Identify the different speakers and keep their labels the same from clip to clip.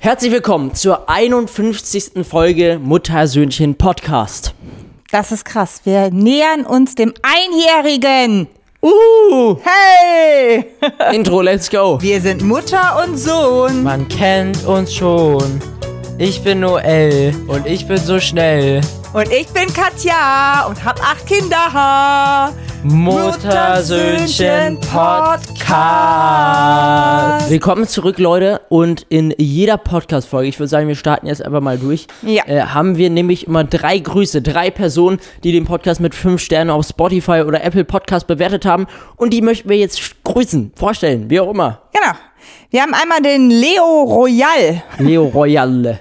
Speaker 1: Herzlich willkommen zur 51. Folge Muttersöhnchen Podcast.
Speaker 2: Das ist krass. Wir nähern uns dem Einjährigen.
Speaker 1: Uh,
Speaker 2: Hey!
Speaker 1: Intro, let's go.
Speaker 2: Wir sind Mutter und Sohn.
Speaker 3: Man kennt uns schon. Ich bin Noel und ich bin so schnell.
Speaker 2: Und ich bin Katja und hab acht Kinder.
Speaker 3: Muttersöhnchen Podcast.
Speaker 1: Willkommen zurück, Leute. Und in jeder Podcast-Folge, ich würde sagen, wir starten jetzt einfach mal durch,
Speaker 2: Ja.
Speaker 1: äh, haben wir nämlich immer drei Grüße, drei Personen, die den Podcast mit fünf Sternen auf Spotify oder Apple Podcast bewertet haben. Und die möchten wir jetzt grüßen, vorstellen, wie auch immer.
Speaker 2: Genau. Wir haben einmal den Leo Royal.
Speaker 1: Leo Royale.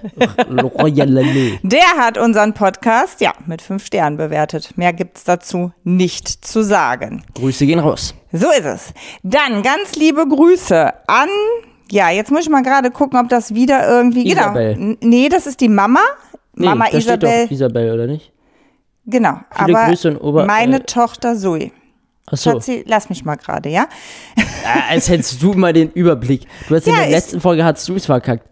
Speaker 1: Royale. Leo.
Speaker 2: Der hat unseren Podcast, ja, mit fünf Sternen bewertet. Mehr gibt's dazu nicht zu sagen.
Speaker 1: Grüße gehen raus.
Speaker 2: So ist es. Dann ganz liebe Grüße an. Ja, jetzt muss ich mal gerade gucken, ob das wieder irgendwie.
Speaker 1: Isabel.
Speaker 2: Genau. N- Nee, das ist die Mama. Mama
Speaker 1: da steht
Speaker 2: Isabel.
Speaker 1: Doch Isabel, oder nicht?
Speaker 2: Genau.
Speaker 1: Viele
Speaker 2: aber
Speaker 1: Grüße und Ober-
Speaker 2: meine
Speaker 1: äh,
Speaker 2: Tochter Zoe.
Speaker 1: Achso.
Speaker 2: Schatzi, lass mich mal gerade, ja?
Speaker 1: Ah, Als hättest du mal den Überblick. Du hast in
Speaker 2: Ja,
Speaker 1: der
Speaker 2: ich-
Speaker 1: letzten Folge hast du es verkackt.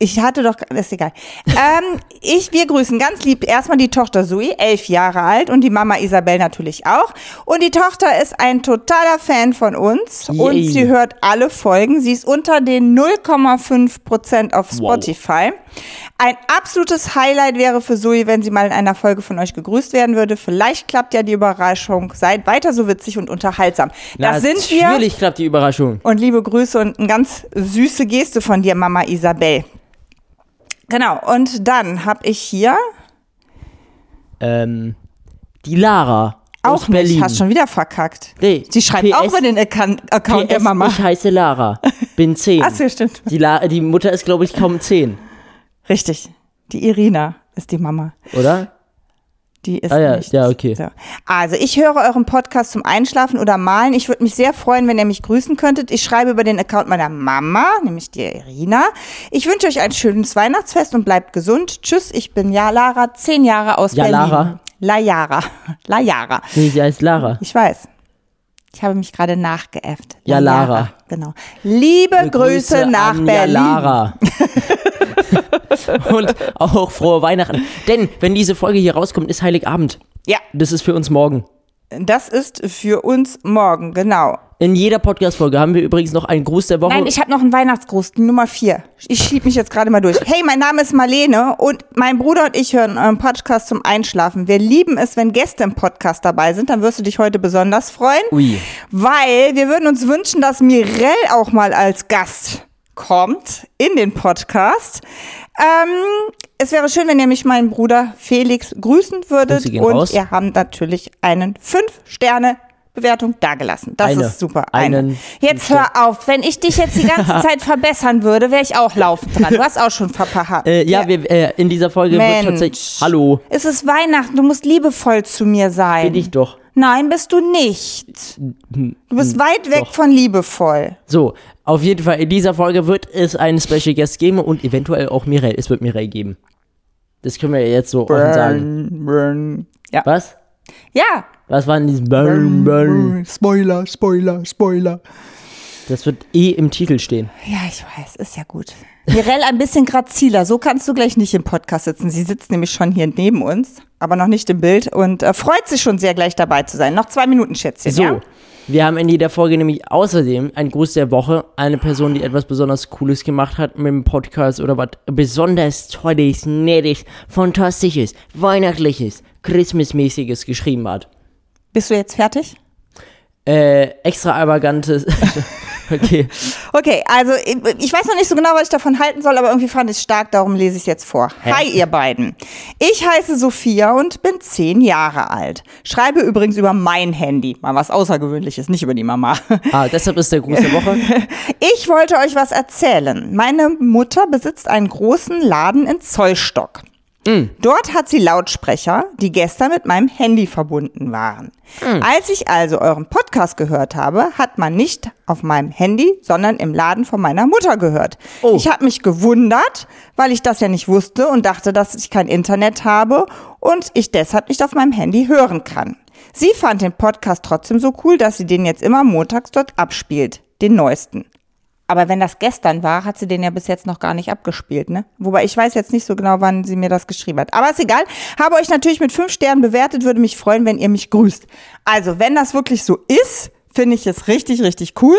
Speaker 2: Ich hatte doch, ist egal. ähm, ich, wir grüßen ganz lieb erstmal die Tochter Zoe, elf Jahre alt und die Mama Isabel natürlich auch. Und die Tochter ist ein totaler Fan von uns und
Speaker 1: Yay.
Speaker 2: sie hört alle Folgen. Sie ist unter den 0,5 Prozent auf
Speaker 1: Wow.
Speaker 2: Spotify. Ein absolutes Highlight wäre für Zoe, wenn sie mal in einer Folge von euch gegrüßt werden würde. Vielleicht klappt ja die Überraschung. Seid weiter so witzig und unterhaltsam. das sind wir.
Speaker 1: Natürlich klappt die Überraschung.
Speaker 2: Und liebe Grüße und eine ganz süße Geste von dir, Mama Isabel. Genau, und dann habe ich hier
Speaker 1: Ähm, die Lara aus
Speaker 2: auch nicht,
Speaker 1: Berlin.
Speaker 2: hast schon wieder verkackt.
Speaker 1: Nee,
Speaker 2: Sie schreibt
Speaker 1: PS
Speaker 2: auch über den Account, Account der
Speaker 1: PS,
Speaker 2: Mama.
Speaker 1: Ich heiße Lara, bin 10.
Speaker 2: Ach so, stimmt.
Speaker 1: die, La die Mutter ist, glaube ich, kaum 10,
Speaker 2: Richtig, die Irina ist die Mama.
Speaker 1: oder?
Speaker 2: Die ist
Speaker 1: Ah ja,
Speaker 2: nicht.
Speaker 1: ja, okay.
Speaker 2: So. Also, ich höre euren Podcast zum Einschlafen oder Malen. Ich würde mich sehr freuen, wenn ihr mich grüßen könntet. Ich schreibe über den Account meiner Mama, nämlich die Irina. Ich wünsche euch ein schönes Weihnachtsfest und bleibt gesund. Tschüss, ich bin ja Lara, zehn Jahre aus
Speaker 1: Ja,
Speaker 2: Berlin.
Speaker 1: Lara.
Speaker 2: La Jara. La Jara.
Speaker 1: Nee, sie heißt Lara.
Speaker 2: Ich weiß. Ich habe mich gerade nachgeäfft.
Speaker 1: Ja, Lara.
Speaker 2: Genau. Liebe Grüße, nach
Speaker 1: an
Speaker 2: Berlin.
Speaker 1: Lara. Und auch frohe Weihnachten. Denn wenn diese Folge hier rauskommt, ist Heiligabend.
Speaker 2: Ja,
Speaker 1: Das ist für uns morgen.
Speaker 2: das ist für uns morgen, genau.
Speaker 1: In jeder Podcast-Folge haben wir übrigens noch einen Gruß der Woche.
Speaker 2: Nein, ich habe noch einen Weihnachtsgruß, die Nummer vier. Ich schieb mich jetzt gerade mal durch. Hey, mein Name ist Marlene und mein Bruder und ich hören euren Podcast zum Einschlafen. Wir lieben es, wenn Gäste im Podcast dabei sind. Dann wirst du dich heute besonders freuen,
Speaker 1: Ui.
Speaker 2: weil wir würden uns wünschen, dass Mirelle auch mal als Gast kommt in den Podcast. Ähm, es wäre schön, wenn ihr mich meinen Bruder Felix grüßen würdet.
Speaker 1: Grüße gehen
Speaker 2: und
Speaker 1: raus.
Speaker 2: ihr habt natürlich einen 5-Sterne-Bewertung dagelassen. Das
Speaker 1: Eine.
Speaker 2: ist super.
Speaker 1: Einen.
Speaker 2: Jetzt hör auf. Wenn ich dich jetzt die ganze Zeit verbessern würde, wäre ich auch laufend dran. Du hast auch schon verpackt.
Speaker 1: Äh, ja, Wir, äh, in dieser Folge
Speaker 2: Mensch.
Speaker 1: wird tatsächlich. Hallo,
Speaker 2: Es ist Weihnachten. Du musst liebevoll zu mir sein.
Speaker 1: bin ich doch.
Speaker 2: Nein, bist du nicht. Du bist weit weg
Speaker 1: hm, doch.
Speaker 2: von liebevoll.
Speaker 1: So, auf jeden Fall, in dieser Folge wird es einen Special Guest geben und eventuell auch Mireille. Es wird Mireille geben. Das können wir jetzt so offen sagen.
Speaker 2: Ja.
Speaker 1: Was?
Speaker 2: Ja.
Speaker 1: Was war denn dieses Burn, Burn?
Speaker 3: Spoiler, Spoiler, Spoiler.
Speaker 1: Das wird eh im Titel stehen.
Speaker 2: Ja, ich weiß. Ist ja gut. Mirelle, ein bisschen graziler. So kannst du gleich nicht im Podcast sitzen. Sie sitzt nämlich schon hier neben uns, aber noch nicht im Bild und äh, freut sich schon sehr, gleich dabei zu sein. Noch zwei Minuten, Schätzchen.
Speaker 1: So,
Speaker 2: Ja?
Speaker 1: wir haben in jeder Folge nämlich außerdem einen Gruß der Woche, eine Person, die etwas besonders Cooles gemacht hat mit dem Podcast oder was besonders Tolles, Nettes, Fantastisches, Weihnachtliches, Christmas-mäßiges geschrieben hat.
Speaker 2: Bist du jetzt fertig?
Speaker 1: Äh, extravagantes. okay.
Speaker 2: Okay, also ich ich weiß noch nicht so genau, was ich davon halten soll, aber irgendwie fand ich es stark, darum lese ich es jetzt vor. Hi, ihr beiden. Ich heiße Sophia und bin zehn Jahre alt. Schreibe übrigens über mein Handy. Mal was Außergewöhnliches, nicht über die Mama.
Speaker 1: Ah, deshalb ist der Gruß der Woche.
Speaker 2: Ich wollte euch was erzählen. Meine Mutter besitzt einen großen Laden in Zollstock. Dort hat sie Lautsprecher, die gestern mit meinem Handy verbunden waren. Als ich also euren Podcast gehört habe, hat man nicht auf meinem Handy, sondern im Laden von meiner Mutter gehört.
Speaker 1: Oh.
Speaker 2: Ich habe mich gewundert, weil ich das ja nicht wusste und dachte, dass ich kein Internet habe und ich deshalb nicht auf meinem Handy hören kann. Sie fand den Podcast trotzdem so cool, dass sie den jetzt immer montags dort abspielt, den neuesten. Aber wenn das gestern war, hat sie den ja bis jetzt noch gar nicht abgespielt, ne? Wobei ich weiß jetzt nicht so genau, wann sie mir das geschrieben hat. Aber ist egal. Habe euch natürlich mit fünf Sternen bewertet, würde mich freuen, wenn ihr mich grüßt. Also, wenn das wirklich so ist, finde ich es richtig, richtig cool.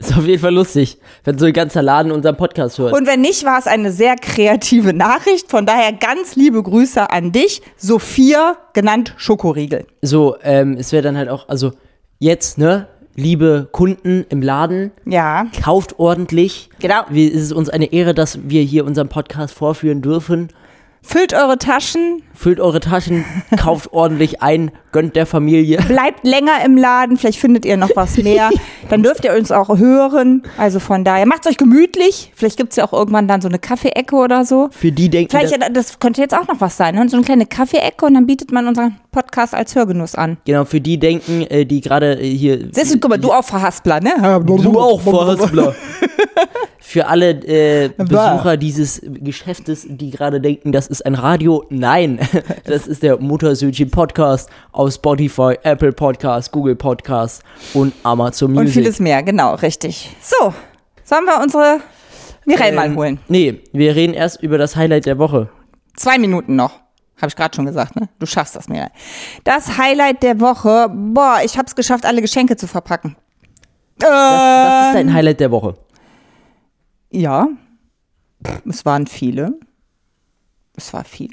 Speaker 1: Ist auf jeden Fall lustig, wenn so ein ganzer Laden unseren Podcast hört.
Speaker 2: Und wenn nicht, war es eine sehr kreative Nachricht. Von daher ganz liebe Grüße an dich, Sophia, genannt Schokoriegel.
Speaker 1: so, ähm, es wäre dann halt auch, also jetzt, ne, liebe Kunden im Laden,
Speaker 2: Ja.
Speaker 1: kauft ordentlich.
Speaker 2: Genau.
Speaker 1: Wir, es ist uns eine Ehre, dass wir hier unseren Podcast vorführen dürfen.
Speaker 2: Füllt eure Taschen,
Speaker 1: Füllt eure Taschen, kauft ordentlich ein, gönnt der Familie.
Speaker 2: bleibt länger im Laden, vielleicht findet ihr noch was mehr. dann dürft ihr uns auch hören. Also von daher, macht's euch gemütlich. Vielleicht gibt's ja auch irgendwann dann so eine Kaffee-Ecke oder so.
Speaker 1: Für die denken,
Speaker 2: Vielleicht,
Speaker 1: dass,
Speaker 2: das könnte jetzt auch noch was sein, ne? so eine kleine Kaffee-Ecke und dann bietet man unseren Podcast als Hörgenuss an.
Speaker 1: genau, für die denken, äh, die gerade äh, hier.
Speaker 2: Siehst du, guck mal, du auch Verhaspler, ne?
Speaker 1: Du auch, Verhaspler. Für alle äh, Besucher dieses Geschäftes, die gerade denken, das ist ein Radio, nein, das ist der Muttersöhnchen Podcast auf Spotify, Apple Podcast, Google Podcast und Amazon Music.
Speaker 2: Und vieles mehr, genau, richtig. So, sollen wir unsere Mireille mal
Speaker 1: Ähm,
Speaker 2: holen?
Speaker 1: Nee, wir reden erst über das Highlight der Woche.
Speaker 2: Zwei Minuten noch. Habe ich gerade schon gesagt, ne? Du schaffst das, Mireille. Das Highlight der Woche. Boah, ich habe es geschafft, alle Geschenke zu verpacken. Äh,
Speaker 1: Das, das ist dein Highlight der Woche.
Speaker 2: ja. Es waren viele. Es war viel.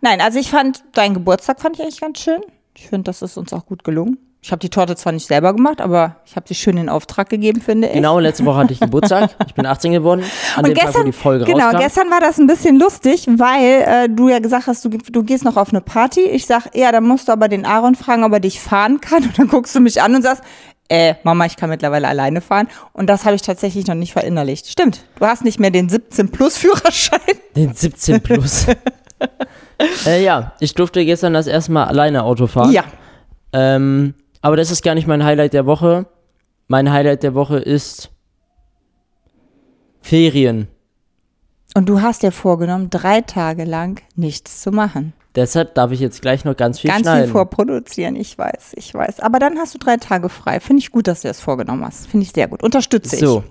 Speaker 2: Nein, also ich fand, deinen Geburtstag fand ich eigentlich ganz schön. Ich finde, das ist uns auch gut gelungen. Ich habe die Torte zwar nicht selber gemacht, aber ich habe sie schön in Auftrag gegeben, finde ich.
Speaker 1: Genau, letzte Woche hatte ich Geburtstag. Ich bin 18 geworden. An dem Tag, wo die Folge
Speaker 2: genau,
Speaker 1: rauskam.
Speaker 2: gestern war das ein bisschen lustig, weil äh, du ja gesagt hast, du, du gehst noch auf eine Party. Ich sag, ja, dann musst du aber den Aaron fragen, ob er dich fahren kann. Und dann guckst du mich an und sagst, äh, Mama, ich kann mittlerweile alleine fahren. Und das habe ich tatsächlich noch nicht verinnerlicht. Stimmt, du hast nicht mehr den 17-Plus-Führerschein.
Speaker 1: Den 17 plus. äh, ja, ich durfte gestern das erste Mal alleine Auto fahren.
Speaker 2: Ja,
Speaker 1: Ähm, aber das ist gar nicht mein Highlight der Woche. Mein Highlight der Woche ist Ferien.
Speaker 2: und du hast dir vorgenommen, drei Tage lang nichts zu machen.
Speaker 1: Deshalb darf ich jetzt gleich noch ganz viel
Speaker 2: Ganz
Speaker 1: schneiden.
Speaker 2: viel vorproduzieren, ich weiß, ich weiß. Aber dann hast du drei Tage frei. Finde ich gut, dass du das vorgenommen hast. Finde ich sehr gut. Unterstütze ich.
Speaker 1: So.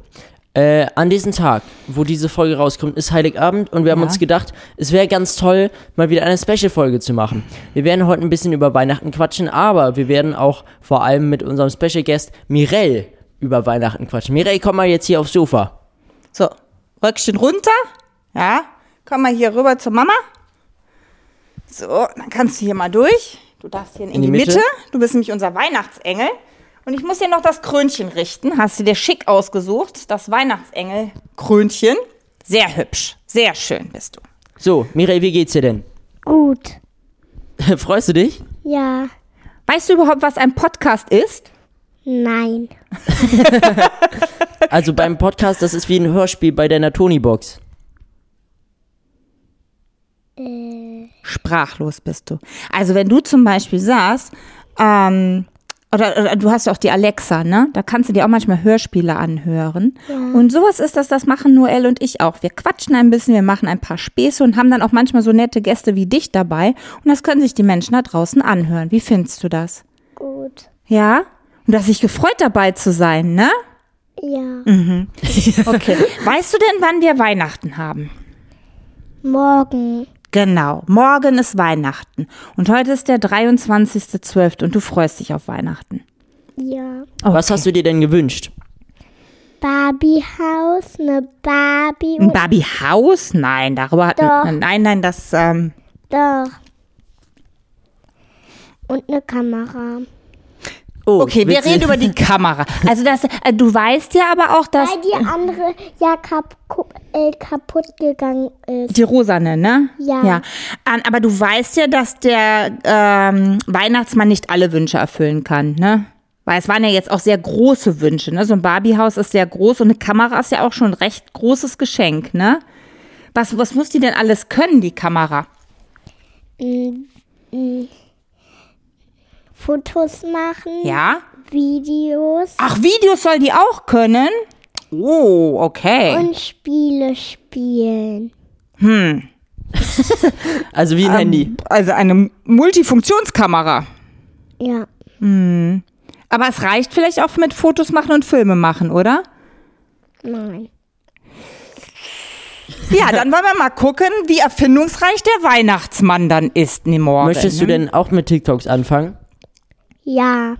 Speaker 1: Äh, an diesem Tag, wo diese Folge rauskommt, ist Heiligabend und wir haben
Speaker 2: Ja.
Speaker 1: uns gedacht, es wäre ganz toll, mal wieder eine Special-Folge zu machen. Wir werden heute ein bisschen über Weihnachten quatschen, aber wir werden auch vor allem mit unserem Special-Guest Mirelle über Weihnachten quatschen. Mirelle, komm mal jetzt hier aufs Sofa.
Speaker 2: So, Röckchen runter. Ja, komm mal hier rüber zur Mama. So, dann kannst du hier mal durch. Du darfst hier in,
Speaker 1: die
Speaker 2: die,
Speaker 1: Mitte.
Speaker 2: Mitte. Du bist nämlich unser Weihnachtsengel. Und ich muss dir noch das Krönchen richten. Hast du dir schick ausgesucht. Das Weihnachtsengel-Krönchen. Sehr hübsch. Sehr schön bist du.
Speaker 1: So, Mirelle, wie geht's dir denn?
Speaker 4: Gut.
Speaker 1: Freust du dich?
Speaker 4: Ja.
Speaker 2: Weißt du überhaupt, was ein Podcast ist?
Speaker 4: Nein.
Speaker 1: Also beim Podcast, das ist wie ein Hörspiel bei deiner Tony-Box.
Speaker 2: Sprachlos bist du. Also wenn du zum Beispiel sagst, ähm, oder, oder du hast ja auch die Alexa, ne? Da kannst du dir auch manchmal Hörspiele anhören. Und sowas ist das, das machen Noel und ich auch. Wir quatschen ein bisschen, wir machen ein paar Späße und haben dann auch manchmal so nette Gäste wie dich dabei. Und das können sich die Menschen da draußen anhören. Wie findest du das?
Speaker 4: Gut.
Speaker 2: Ja? Und du hast dich gefreut, dabei zu sein, ne?
Speaker 4: Ja.
Speaker 2: Okay. weißt du denn, wann wir Weihnachten haben?
Speaker 4: Morgen.
Speaker 2: Genau, morgen ist Weihnachten. Und heute ist der 23.12. und du freust dich auf Weihnachten.
Speaker 4: Ja.
Speaker 1: Was hast du dir denn gewünscht?
Speaker 4: Barbiehaus, ne Barbie
Speaker 2: Ein
Speaker 4: und
Speaker 2: Barbie-Haus? Nein, darüber hat.
Speaker 4: Doch.
Speaker 2: Nein, nein, das. Ähm,
Speaker 4: doch. Und eine Kamera.
Speaker 1: Oh,
Speaker 2: okay, wir
Speaker 1: willst du-
Speaker 2: reden über die Kamera. Also, das, äh, du weißt ja aber auch, dass.
Speaker 4: Weil die andere ja kap ku- äh, kaputt gegangen ist.
Speaker 2: Die rosane, ne?
Speaker 4: Ja.
Speaker 2: ja. An- Aber du weißt ja, dass der ähm, Weihnachtsmann nicht alle Wünsche erfüllen kann, ne? Weil es waren ja jetzt auch sehr große Wünsche, ne? So ein Barbiehaus ist sehr groß und eine Kamera ist ja auch schon ein recht großes Geschenk, ne? Was, was muss die denn alles können, die Kamera?
Speaker 4: Fotos machen,
Speaker 2: Ja?
Speaker 4: Videos
Speaker 2: Ach, Videos soll die auch können? Oh, okay.
Speaker 4: und Spiele spielen.
Speaker 1: Also wie ein Handy.
Speaker 2: Also eine Multifunktionskamera.
Speaker 4: Ja.
Speaker 2: Aber es reicht vielleicht auch mit Fotos machen und Filme machen, oder?
Speaker 4: Nein.
Speaker 2: Ja, dann wollen wir mal gucken, wie erfindungsreich der Weihnachtsmann dann ist, ne morgen.
Speaker 1: Möchtest du
Speaker 2: ne?
Speaker 1: denn auch mit TikToks anfangen?
Speaker 4: Ja.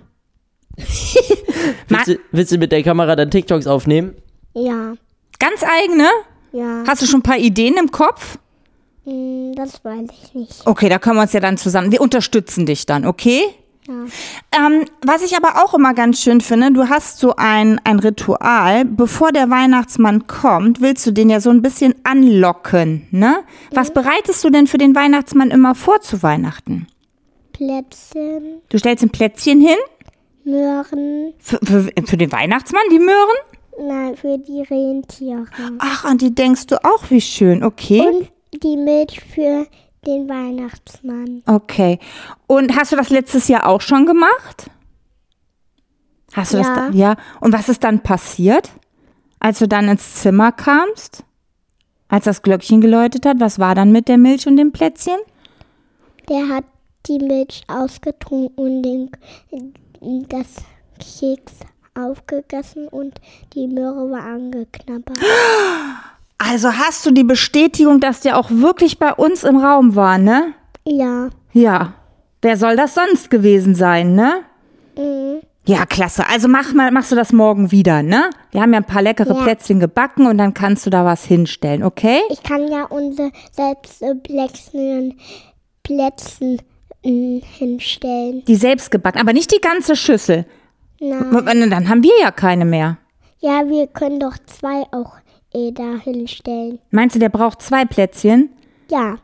Speaker 2: Ma-
Speaker 1: Willst du, willst du mit der Kamera dann TikToks aufnehmen?
Speaker 4: Ja.
Speaker 2: Ganz eigene?
Speaker 4: Ja.
Speaker 2: Hast du schon ein paar Ideen im Kopf?
Speaker 4: Hm, das weiß ich nicht.
Speaker 2: Okay, da können wir uns ja dann zusammen. Wir unterstützen dich dann, okay? Ähm, was ich aber auch immer ganz schön finde, du hast so ein, ein Ritual. Bevor der Weihnachtsmann kommt, willst du den ja so ein bisschen anlocken, ne? Was bereitest du denn für den Weihnachtsmann immer vor zu Weihnachten?
Speaker 4: Plätzchen,
Speaker 2: Du stellst ein Plätzchen hin?
Speaker 4: Möhren,
Speaker 2: Für, für, für den Weihnachtsmann, die Möhren?
Speaker 4: nein, für die Rentiere.
Speaker 2: Ach, an die denkst du auch, wie schön, okay?
Speaker 4: Und die Milch für den Weihnachtsmann.
Speaker 2: Okay. Und hast du das letztes Jahr auch schon gemacht? Hast du das?
Speaker 4: Ja.
Speaker 2: Da, ja. Und was ist dann passiert, als du dann ins Zimmer kamst? Als das Glöckchen geläutet hat, was war dann mit der Milch und dem Plätzchen?
Speaker 4: Der hat die Milch ausgetrunken und den, das Keks aufgegessen und die Möhre war angeknabbert.
Speaker 2: Also hast du die Bestätigung, dass der auch wirklich bei uns im Raum war, ne?
Speaker 4: Ja.
Speaker 2: Ja. Wer soll das sonst gewesen sein, ne?
Speaker 4: Mhm.
Speaker 2: Ja, klasse. Also mach mal, machst du das morgen wieder, ne? Wir haben ja ein paar leckere
Speaker 4: Ja.
Speaker 2: Plätzchen gebacken und dann kannst du da was hinstellen, okay?
Speaker 4: Ich kann ja unsere äh, selbstgeblätzten Plätzen mm, hinstellen.
Speaker 2: Die selbstgebacken, aber nicht die ganze Schüssel.
Speaker 4: Na,
Speaker 2: W- w- Dann haben wir ja keine mehr.
Speaker 4: ja, wir können doch zwei auch eh da hinstellen.
Speaker 2: Meinst du, der braucht zwei Plätzchen?
Speaker 4: Ja,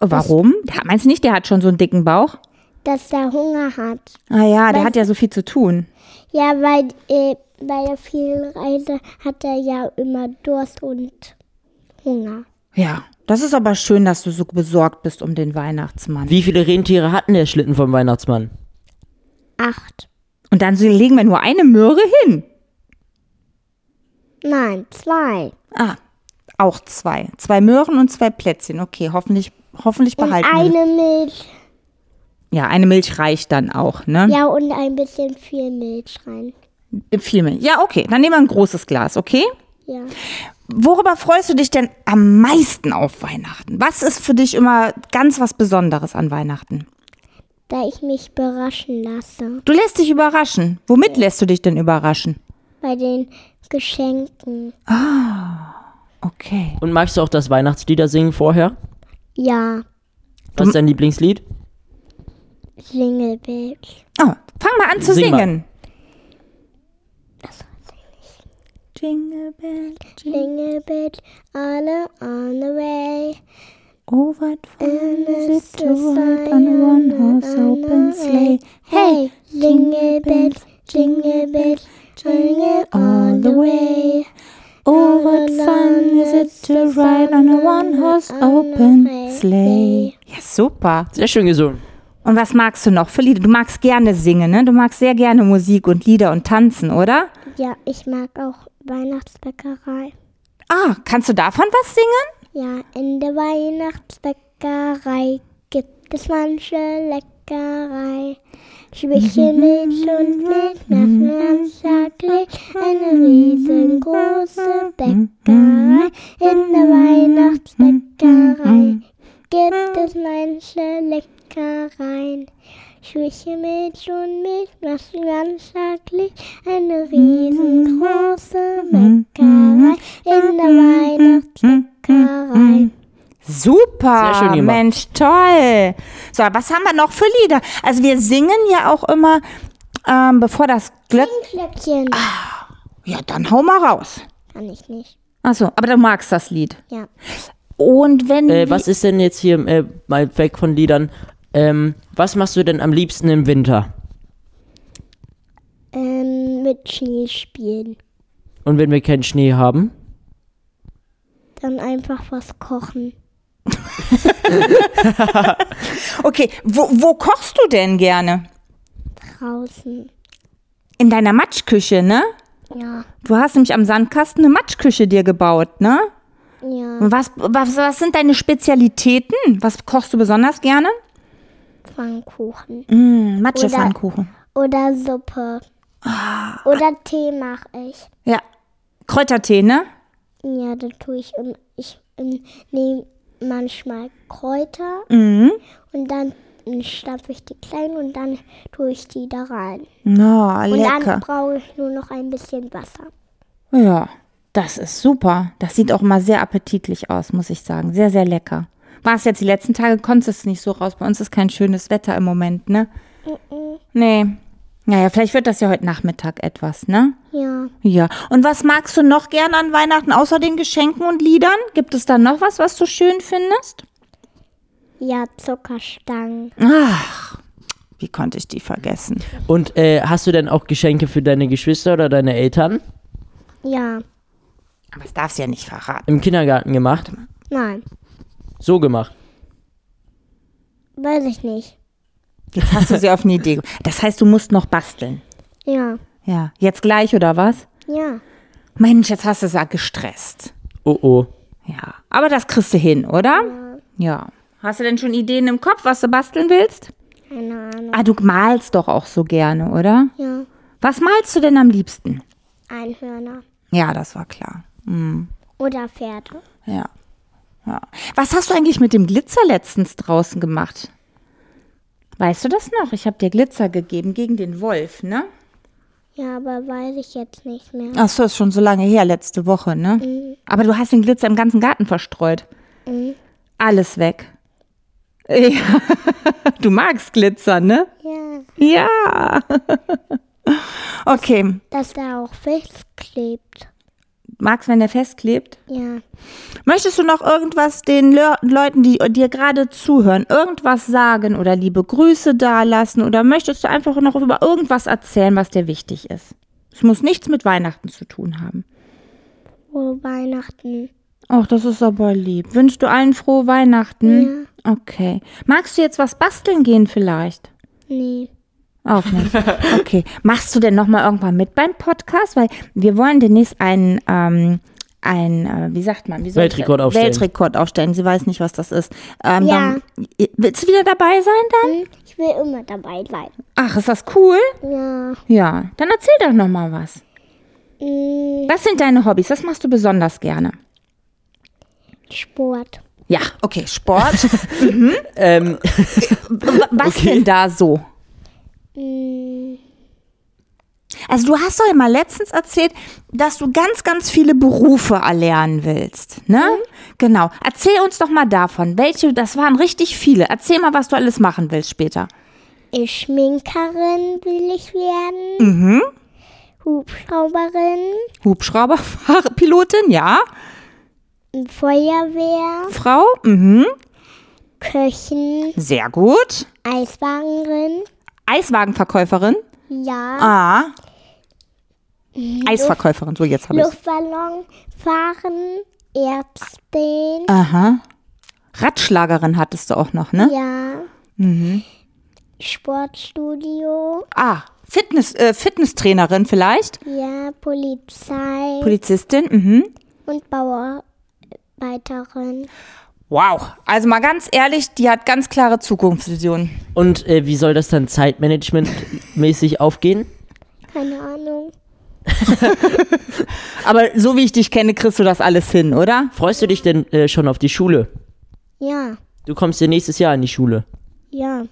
Speaker 2: Oh, Warum? Der- Meinst du nicht, der hat schon so einen dicken Bauch?
Speaker 4: dass der Hunger hat.
Speaker 2: Ah ja, der
Speaker 4: Was?
Speaker 2: hat ja so viel zu tun.
Speaker 4: Ja, weil äh, bei der vielen Reise hat er ja immer Durst und Hunger.
Speaker 2: Ja, das ist aber schön, dass du so besorgt bist um den Weihnachtsmann.
Speaker 1: Wie viele Rentiere hatten der Schlitten vom Weihnachtsmann?
Speaker 4: Acht.
Speaker 2: Und dann so- legen wir nur eine Möhre hin.
Speaker 4: Nein, zwei.
Speaker 2: Ah, auch zwei. Zwei Möhren und zwei Plätzchen. Okay, hoffentlich, hoffentlich
Speaker 4: Und
Speaker 2: behalten wir.
Speaker 4: eine Milch.
Speaker 2: Ja, eine Milch reicht dann auch, ne?
Speaker 4: Ja, und ein bisschen viel Milch rein.
Speaker 2: Viel mehr. Ja, okay, dann nehmen wir ein großes Glas, okay?
Speaker 4: Ja.
Speaker 2: Worüber freust du dich denn am meisten auf Weihnachten? Was ist für dich immer ganz was Besonderes an Weihnachten?
Speaker 4: Da ich mich überraschen lasse.
Speaker 2: Du lässt dich überraschen. Womit lässt du dich denn überraschen?
Speaker 4: Bei den Geschenken.
Speaker 2: Okay.
Speaker 1: Und magst du auch das Weihnachtslieder singen vorher?
Speaker 4: Ja,
Speaker 1: Was ist dein Lieblingslied?
Speaker 4: Jingle Bells.
Speaker 2: Oh, fang mal an zu
Speaker 1: Sing mal.
Speaker 2: singen. Jingle bell, jingle
Speaker 4: Jingle Bells all on the way.
Speaker 2: oh, what fun is it to ride on a
Speaker 4: on a-
Speaker 2: one-horse open sleigh.
Speaker 4: Hey, Jingle Bells, Jingle Bells, Jingle all the way.
Speaker 2: Oh, what fun is it to ride on a one-horse open sleigh. Ja, super.
Speaker 1: Sehr schön gesungen.
Speaker 2: Und was magst du noch für Lieder? Du magst gerne singen, ne? Du magst sehr gerne Musik und Lieder und tanzen, oder?
Speaker 4: Ja, ich mag auch Weihnachtsbäckerei.
Speaker 2: Ah, kannst du davon was singen?
Speaker 4: Ja, in der Weihnachtsbäckerei gibt es manche Leckerei. Schwäche Milch und Milch nach Milch, eine riesengroße Bäckerei. In der Weihnachtsbäckerei gibt es manche Leckereien. Schwäche Milch und Milch macht ganz schrecklich eine riesengroße Bäckerei in der Weihnachtsbäckerei.
Speaker 2: Super.
Speaker 1: Sehr schön gemacht.
Speaker 2: Mensch, toll. So, was haben wir noch für Lieder? Also wir singen ja auch immer, ähm, bevor das Glöck...
Speaker 4: Glöckchen
Speaker 2: Ja, dann hau mal raus.
Speaker 4: kann ich nicht.
Speaker 2: Achso, aber du magst das Lied.
Speaker 4: Ja.
Speaker 2: Und wenn...
Speaker 1: Äh, was ist denn jetzt hier, äh, mal weg von Liedern, ähm, was machst du denn am liebsten im Winter?
Speaker 4: Ähm, mit Schnee spielen.
Speaker 1: Und wenn wir keinen Schnee haben?
Speaker 4: Dann einfach was kochen.
Speaker 2: Okay, wo, wo kochst du denn gerne?
Speaker 4: Draußen.
Speaker 2: In deiner Matschküche, ne?
Speaker 4: Ja.
Speaker 2: Du hast nämlich am Sandkasten eine Matschküche dir gebaut, ne?
Speaker 4: Ja.
Speaker 2: Und was, was, was sind deine Spezialitäten? Was kochst du besonders gerne?
Speaker 4: Pfannkuchen.
Speaker 2: Mm, Matschepfannkuchen.
Speaker 4: Matschepfannkuchen. Oder Suppe. Oder Tee mache ich.
Speaker 2: Ja. Kräutertee, ne?
Speaker 4: Ja, da tue ich, im, ich ähm, nehme manchmal Kräuter und dann ähm, stampfe ich die klein und dann tue ich die da rein.
Speaker 2: Na,
Speaker 4: Und
Speaker 2: lecker.
Speaker 4: dann brauche ich nur noch ein bisschen Wasser.
Speaker 2: Ja, das ist super. Das sieht auch mal sehr appetitlich aus, muss ich sagen. Sehr, sehr lecker. War es jetzt die letzten Tage, konntest es nicht so raus. Bei uns ist kein schönes Wetter im Moment, ne? Nee. Naja, vielleicht wird das ja heute Nachmittag etwas, ne?
Speaker 4: Ja,
Speaker 2: Ja. Und was magst du noch gern an Weihnachten, außer den Geschenken und Liedern? Gibt es da noch was, was du schön findest?
Speaker 4: ja, Zuckerstangen.
Speaker 2: Ach, wie konnte ich die vergessen?
Speaker 1: Und äh, hast du denn auch Geschenke für deine Geschwister oder deine Eltern
Speaker 4: Ja,
Speaker 2: Aber das darfst du ja nicht verraten.
Speaker 1: im Kindergarten gemacht?
Speaker 4: nein,
Speaker 1: So gemacht.
Speaker 4: weiß ich nicht.
Speaker 2: Jetzt hast du sie auf eine Idee. ge- Das heißt, du musst noch basteln.
Speaker 4: Ja,
Speaker 2: Ja. Jetzt gleich oder was?
Speaker 4: ja,
Speaker 2: Mensch, jetzt hast du es ja gestresst.
Speaker 1: Oh oh.
Speaker 2: Ja, aber das kriegst du hin, oder? Ja. Hast du denn schon Ideen im Kopf, was du basteln willst?
Speaker 4: keine Ahnung.
Speaker 2: Ah, du malst doch auch so gerne, oder?
Speaker 4: Ja,
Speaker 2: Was malst du denn am liebsten?
Speaker 4: Einhörner
Speaker 2: Ja, das war klar.
Speaker 4: oder Pferde.
Speaker 2: Ja. ja. Was hast du eigentlich mit dem Glitzer letztens draußen gemacht? Weißt du das noch? Ich habe dir Glitzer gegeben gegen den Wolf, ne?
Speaker 4: Ja, aber weiß ich jetzt nicht mehr.
Speaker 2: Ach so, ist schon so lange her, letzte Woche, ne? Aber du hast den Glitzer im ganzen Garten verstreut. Mhm. Alles weg. Ja. Du magst Glitzer, ne?
Speaker 4: Ja,
Speaker 2: Ja. Okay.
Speaker 4: dass da auch festklebt.
Speaker 2: Magst, wenn der festklebt?
Speaker 4: Ja,
Speaker 2: Möchtest du noch irgendwas den Le Leuten, die dir gerade zuhören, irgendwas sagen oder liebe Grüße dalassen? Oder möchtest du einfach noch über irgendwas erzählen, was dir wichtig ist? Es muss nichts mit Weihnachten zu tun haben.
Speaker 4: frohe Weihnachten.
Speaker 2: Ach, das ist aber lieb. Wünschst du allen frohe Weihnachten? Okay. Magst du jetzt was basteln gehen vielleicht?
Speaker 4: Nee,
Speaker 2: Auch nicht. Okay. Machst du denn nochmal irgendwann mit beim Podcast? Weil wir wollen demnächst einen, ähm, ein, äh, wie sagt man, wie soll ich-
Speaker 1: Weltrekord aufstellen.
Speaker 2: Weltrekord aufstellen. Sie weiß nicht, was das ist. Ähm,
Speaker 4: Ja.
Speaker 2: dann, willst du wieder dabei sein
Speaker 4: ich will immer dabei sein.
Speaker 2: dann? Ach, ist das cool?
Speaker 4: Ja,
Speaker 2: Ja. Dann erzähl doch nochmal was.
Speaker 4: mm,
Speaker 2: Was sind deine Hobbys? Das machst du besonders gerne.
Speaker 4: Sport.
Speaker 2: Ja, okay, Sport.
Speaker 1: Ähm,
Speaker 2: was denn da so?
Speaker 4: Mm,
Speaker 2: Also du hast doch mal letztens erzählt, dass du ganz, ganz viele Berufe erlernen willst, ne? Genau. Erzähl uns doch mal davon. Welche, das waren richtig viele. Erzähl mal, was du alles machen willst später.
Speaker 4: ich Schminkerin will ich werden. Hubschrauberin,
Speaker 2: Hubschrauberpilotin, ja.
Speaker 4: Feuerwehr,
Speaker 2: Frau, mhm.
Speaker 4: Köchin,
Speaker 2: Sehr gut.
Speaker 4: Eiswagenrin.
Speaker 2: Eiswagenverkäuferin.
Speaker 4: Ja,
Speaker 2: Ah. Äh, Eisverkäuferin, so jetzt habe ich
Speaker 4: Luftballon fahren, Erbsen.
Speaker 2: Aha. Radschlagerin hattest du auch noch, ne?
Speaker 4: Ja. Sportstudio,
Speaker 2: Ah, Fitness, äh, Fitnesstrainerin vielleicht.
Speaker 4: ja, Polizei
Speaker 2: Polizistin, mhm.
Speaker 4: und Bauarbeiterin.
Speaker 2: Wow, also mal ganz ehrlich, die hat ganz klare Zukunftsvisionen.
Speaker 1: und äh, wie soll das dann zeitmanagementmäßig aufgehen?
Speaker 4: Keine Ahnung.
Speaker 2: Aber so wie ich dich kenne, kriegst du das alles hin, oder?
Speaker 1: Freust du dich denn äh, schon auf die Schule?
Speaker 4: Ja,
Speaker 1: Du kommst ja nächstes Jahr in die Schule.
Speaker 4: ja,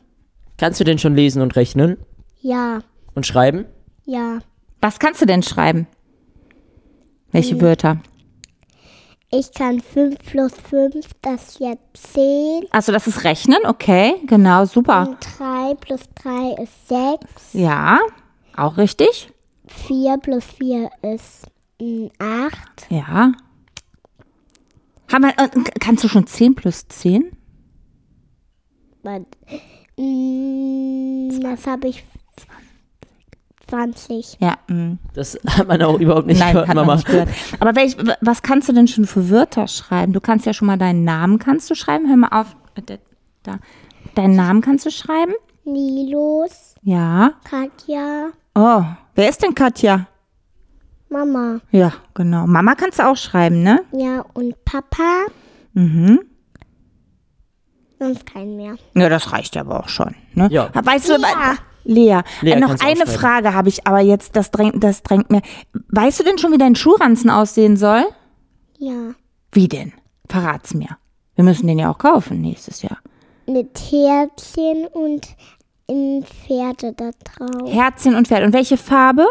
Speaker 1: Kannst du denn schon lesen und rechnen
Speaker 4: ja,
Speaker 1: und schreiben?
Speaker 4: ja.
Speaker 2: Was kannst du denn schreiben? Welche Wörter?
Speaker 4: Ich kann 5 plus 5, das ist ja 10.
Speaker 2: Also das ist Rechnen, okay, genau, super.
Speaker 4: Und 3 plus 3 ist 6.
Speaker 2: Ja, auch richtig.
Speaker 4: 4 plus 4 ist hm, 8.
Speaker 2: Ja. Haben wir, äh, kannst du schon 10 plus 10?
Speaker 4: Mm, Das habe ich 20.
Speaker 2: Ja, hm. mh.
Speaker 1: Das hat man auch überhaupt nicht
Speaker 2: nein,
Speaker 1: gehört,
Speaker 2: hat
Speaker 1: Mama.
Speaker 2: man nicht gehört. Aber welch, w- was kannst du denn schon für Wörter schreiben? Du kannst ja schon mal deinen Namen kannst du schreiben. Hör mal auf. mit der- Da. Deinen Namen kannst du schreiben?
Speaker 4: Nilos,
Speaker 2: Ja.
Speaker 4: Katja,
Speaker 2: Oh, wer ist denn Katja?
Speaker 4: Mama.
Speaker 2: Ja, genau. Mama kannst du auch schreiben, ne?
Speaker 4: Ja, und Papa. Mhm. Sonst keinen mehr.
Speaker 2: Ja, das reicht aber auch schon. Ne?
Speaker 1: Ja.
Speaker 2: Weißt du,
Speaker 4: Ja.
Speaker 2: Lea, Äh,
Speaker 1: Lea,
Speaker 2: noch
Speaker 1: kannst du
Speaker 2: eine
Speaker 1: aufschreiben.
Speaker 2: Frage habe ich aber jetzt, das drängt, das drängt mir. Weißt du denn schon, wie dein Schuhranzen aussehen soll?
Speaker 4: Ja.
Speaker 2: Wie denn? Verrat's mir. Wir müssen den ja auch kaufen nächstes Jahr.
Speaker 4: Mit Herzchen und ein Pferde da drauf.
Speaker 2: Herzchen und Pferd. Und welche Farbe?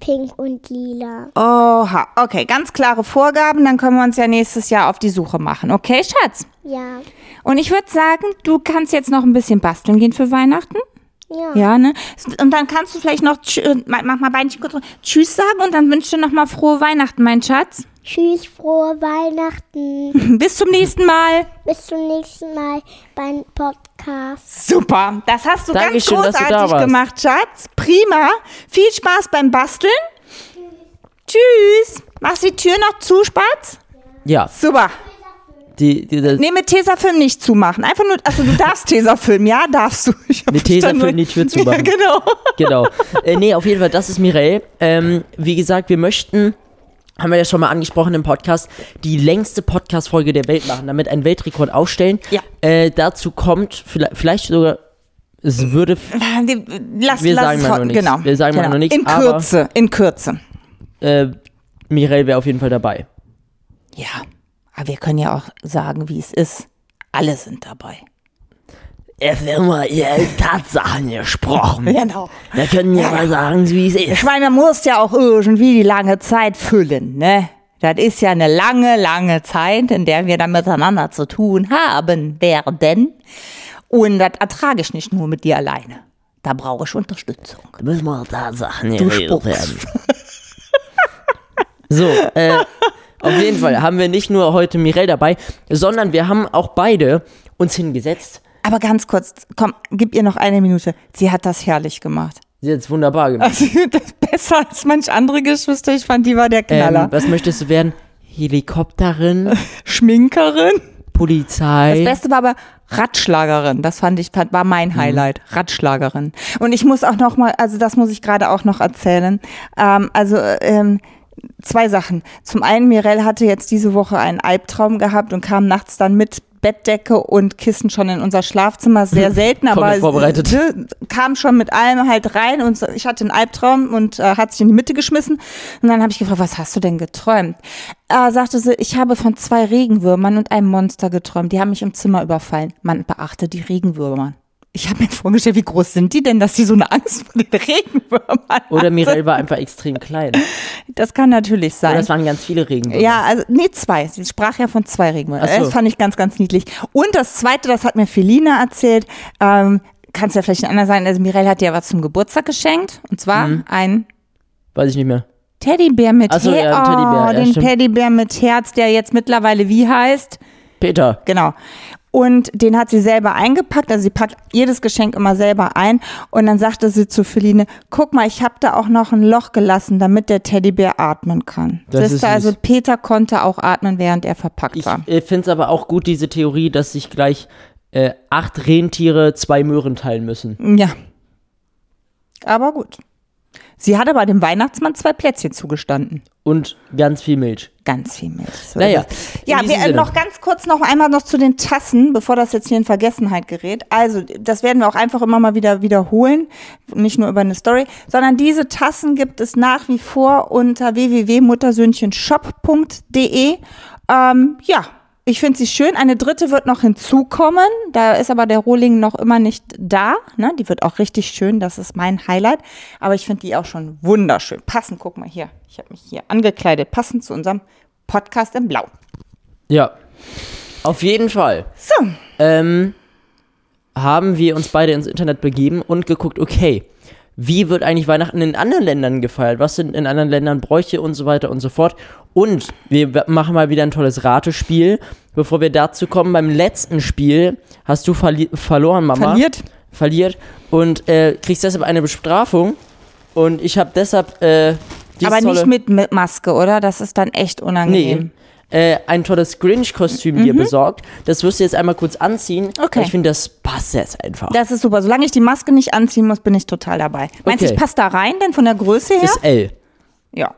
Speaker 4: Pink und lila.
Speaker 2: Oha, okay, ganz klare Vorgaben, dann können wir uns ja nächstes Jahr auf die Suche machen. Okay, Schatz.
Speaker 4: Ja.
Speaker 2: Und ich würde sagen, du kannst jetzt noch ein bisschen basteln gehen für Weihnachten.
Speaker 4: Ja.
Speaker 2: Ja, ne? Und dann kannst du vielleicht noch, tsch- äh, mach mach mal Beinchen kurz, tschüss sagen und dann wünschst du noch mal frohe Weihnachten, mein Schatz.
Speaker 4: Tschüss, frohe Weihnachten.
Speaker 2: Bis zum nächsten Mal.
Speaker 4: Bis zum nächsten Mal beim Podcast.
Speaker 2: Super, das hast du
Speaker 1: Dankeschön, dass
Speaker 2: ganz
Speaker 1: du da
Speaker 2: großartig
Speaker 1: warst.
Speaker 2: gemacht, Schatz. Prima. Viel Spaß beim Basteln. Tschüss. Machst die Tür noch zu, Spatz?
Speaker 1: Ja,
Speaker 2: Super.
Speaker 1: die, die, das,
Speaker 2: Nee, mit Tesafilm nicht zumachen. Einfach nur, also du darfst Tesafilm, ja, darfst du. Ich hab
Speaker 1: Mit
Speaker 2: verstanden.
Speaker 1: Tesafilm die Tür zumachen.
Speaker 2: Ja, genau.
Speaker 1: genau. Äh, nee, auf jeden Fall, das ist Mireille. Ähm, wie gesagt, wir möchten, haben wir ja schon mal angesprochen im Podcast, die längste Podcast-Folge der Welt machen, damit einen Weltrekord aufstellen.
Speaker 2: Ja.
Speaker 1: Äh, dazu kommt vielleicht, vielleicht sogar, es würde
Speaker 2: Lass,
Speaker 1: Wir
Speaker 2: lass
Speaker 1: sagen
Speaker 2: es
Speaker 1: mal
Speaker 2: hot-
Speaker 1: noch nichts.
Speaker 2: Genau.
Speaker 1: Wir sagen mal
Speaker 2: genau.
Speaker 1: noch nichts,
Speaker 2: In
Speaker 1: aber-
Speaker 2: Kürze, in Kürze.
Speaker 1: äh, Mireille wäre auf jeden Fall dabei.
Speaker 2: Ja, aber wir können ja auch sagen, wie es ist. Alle sind dabei.
Speaker 1: Es wird immer Tatsachen gesprochen.
Speaker 2: Genau.
Speaker 1: Wir können ja mal sagen, wie es
Speaker 2: Ich
Speaker 1: ist.
Speaker 2: meine, man muss ja auch irgendwie die lange Zeit füllen, ne? Das ist ja eine lange, lange Zeit, in der wir dann miteinander zu tun haben werden. Und das ertrage ich nicht nur mit dir alleine. Da brauche ich Unterstützung.
Speaker 1: Da müssen wir Tatsachen
Speaker 2: Du
Speaker 1: geredet
Speaker 2: spuckst.
Speaker 1: werden. So, äh, auf jeden Fall haben wir nicht nur heute Mireille dabei, sondern wir haben auch beide uns hingesetzt.
Speaker 2: Aber ganz kurz, komm, gib ihr noch eine Minute. Sie hat das herrlich gemacht.
Speaker 1: Sie hat es wunderbar gemacht.
Speaker 2: Das ist besser als manch andere Geschwister. Ich fand, die war der
Speaker 1: Ähm,
Speaker 2: Knaller.
Speaker 1: was möchtest du werden? Helikopterin,
Speaker 2: Schminkerin. Das
Speaker 1: Polizei.
Speaker 2: Beste war aber Ratschlagerin. Das fand ich, war mein
Speaker 1: Mhm.
Speaker 2: Highlight. Ratschlagerin. Und ich muss auch noch mal, also das muss ich gerade auch noch erzählen. Ähm, also ähm, zwei Sachen. Zum einen, Mirelle hatte jetzt diese Woche einen Albtraum gehabt und kam nachts dann mit Bettdecke und Kissen schon in unser Schlafzimmer. Sehr selten,
Speaker 1: Komplett
Speaker 2: aber
Speaker 1: vorbereitet.
Speaker 2: ne, kam schon mit allem halt rein und so- ich hatte einen Albtraum und äh, hat sich in die Mitte geschmissen. Und dann habe ich gefragt, was hast du denn geträumt? Äh, sagte sie, ich habe von zwei Regenwürmern und einem Monster geträumt. Die haben mich im Zimmer überfallen. Man beachte die Regenwürmer. Ich habe mir vorgestellt, wie groß sind die denn, dass die so eine Angst vor den Regenwürmern
Speaker 1: Oder
Speaker 2: haben.
Speaker 1: Mireille war einfach extrem klein.
Speaker 2: Das kann natürlich
Speaker 1: Oder
Speaker 2: sein.
Speaker 1: es waren ganz viele Regenbogen.
Speaker 2: Ja, also, nee, zwei. Sie sprach ja von zwei Regenwürmern.
Speaker 1: Ach so.
Speaker 2: Das fand ich ganz, ganz niedlich. Und das zweite, das hat mir Felina erzählt, ähm, kann es ja vielleicht ein anderer sein. Also, Mirelle hat dir ja was zum Geburtstag geschenkt. Und zwar ein
Speaker 1: Weiß ich nicht mehr.
Speaker 2: Teddybär mit
Speaker 1: Mhm. Ach so,
Speaker 2: Her-
Speaker 1: ja, ein Teddybär,
Speaker 2: Oh,
Speaker 1: ja,
Speaker 2: den
Speaker 1: stimmt.
Speaker 2: Teddybär mit Herz, der jetzt mittlerweile wie heißt.
Speaker 1: Peter.
Speaker 2: Genau. Und den hat sie selber eingepackt, also sie packt jedes Geschenk immer selber ein. Und dann sagte sie zu Feline, guck mal, ich habe da auch noch ein Loch gelassen, damit der Teddybär atmen kann.
Speaker 1: Das
Speaker 2: Siehst
Speaker 1: ist
Speaker 2: du, also
Speaker 1: süß.
Speaker 2: Peter konnte auch atmen, während er verpackt
Speaker 1: Ich
Speaker 2: war.
Speaker 1: äh, finde es aber auch gut, diese Theorie, dass sich gleich äh, acht Rentiere zwei Möhren teilen müssen.
Speaker 2: Ja. Aber gut. Sie hat aber dem Weihnachtsmann zwei Plätzchen zugestanden.
Speaker 1: Und ganz viel Milch.
Speaker 2: Ganz viel Milch. So
Speaker 1: Naja,
Speaker 2: ist es.
Speaker 1: in
Speaker 2: Ja,
Speaker 1: diesem
Speaker 2: wir, äh,
Speaker 1: Sinne.
Speaker 2: noch ganz kurz noch einmal noch zu den Tassen, bevor das jetzt hier in Vergessenheit gerät. Also, das werden wir auch einfach immer mal wieder wiederholen, nicht nur über eine Story, sondern diese Tassen gibt es nach wie vor unter www.muttersöhnchenshop.de. Ähm, ja, ich finde sie schön. Eine dritte wird noch hinzukommen. Da ist aber der Rohling noch immer nicht da. Ne? Die wird auch richtig schön. Das ist mein Highlight. Aber ich finde die auch schon wunderschön. Passend, guck mal hier. Ich habe mich hier angekleidet. Passend zu unserem Podcast im Blau.
Speaker 1: Ja. Auf jeden Fall
Speaker 2: So,
Speaker 1: ähm, haben wir uns beide ins Internet begeben und geguckt, okay, wie wird eigentlich Weihnachten in anderen Ländern gefeiert? Was sind in anderen Ländern Bräuche und so weiter und so fort? Und wir w- machen mal wieder ein tolles Ratespiel. Bevor wir dazu kommen, beim letzten Spiel hast du verli verloren, Mama.
Speaker 2: verliert.
Speaker 1: verliert und äh, kriegst deshalb eine Bestrafung. Und ich habe deshalb äh, dieses
Speaker 2: Aber
Speaker 1: tolle,
Speaker 2: nicht mit, mit Maske, oder? Das ist dann echt
Speaker 1: nee,
Speaker 2: unangenehm.
Speaker 1: äh, ein tolles Grinch-Kostüm dir besorgt. Das wirst du jetzt einmal kurz anziehen.
Speaker 2: Mhm. Okay.
Speaker 1: weil Ich finde, das passt jetzt einfach.
Speaker 2: Das ist super. Solange ich die Maske nicht anziehen muss, bin ich total dabei. Meinst du,
Speaker 1: Okay.
Speaker 2: ich passe da rein, denn von der Größe her?
Speaker 1: Ist L.
Speaker 2: ja.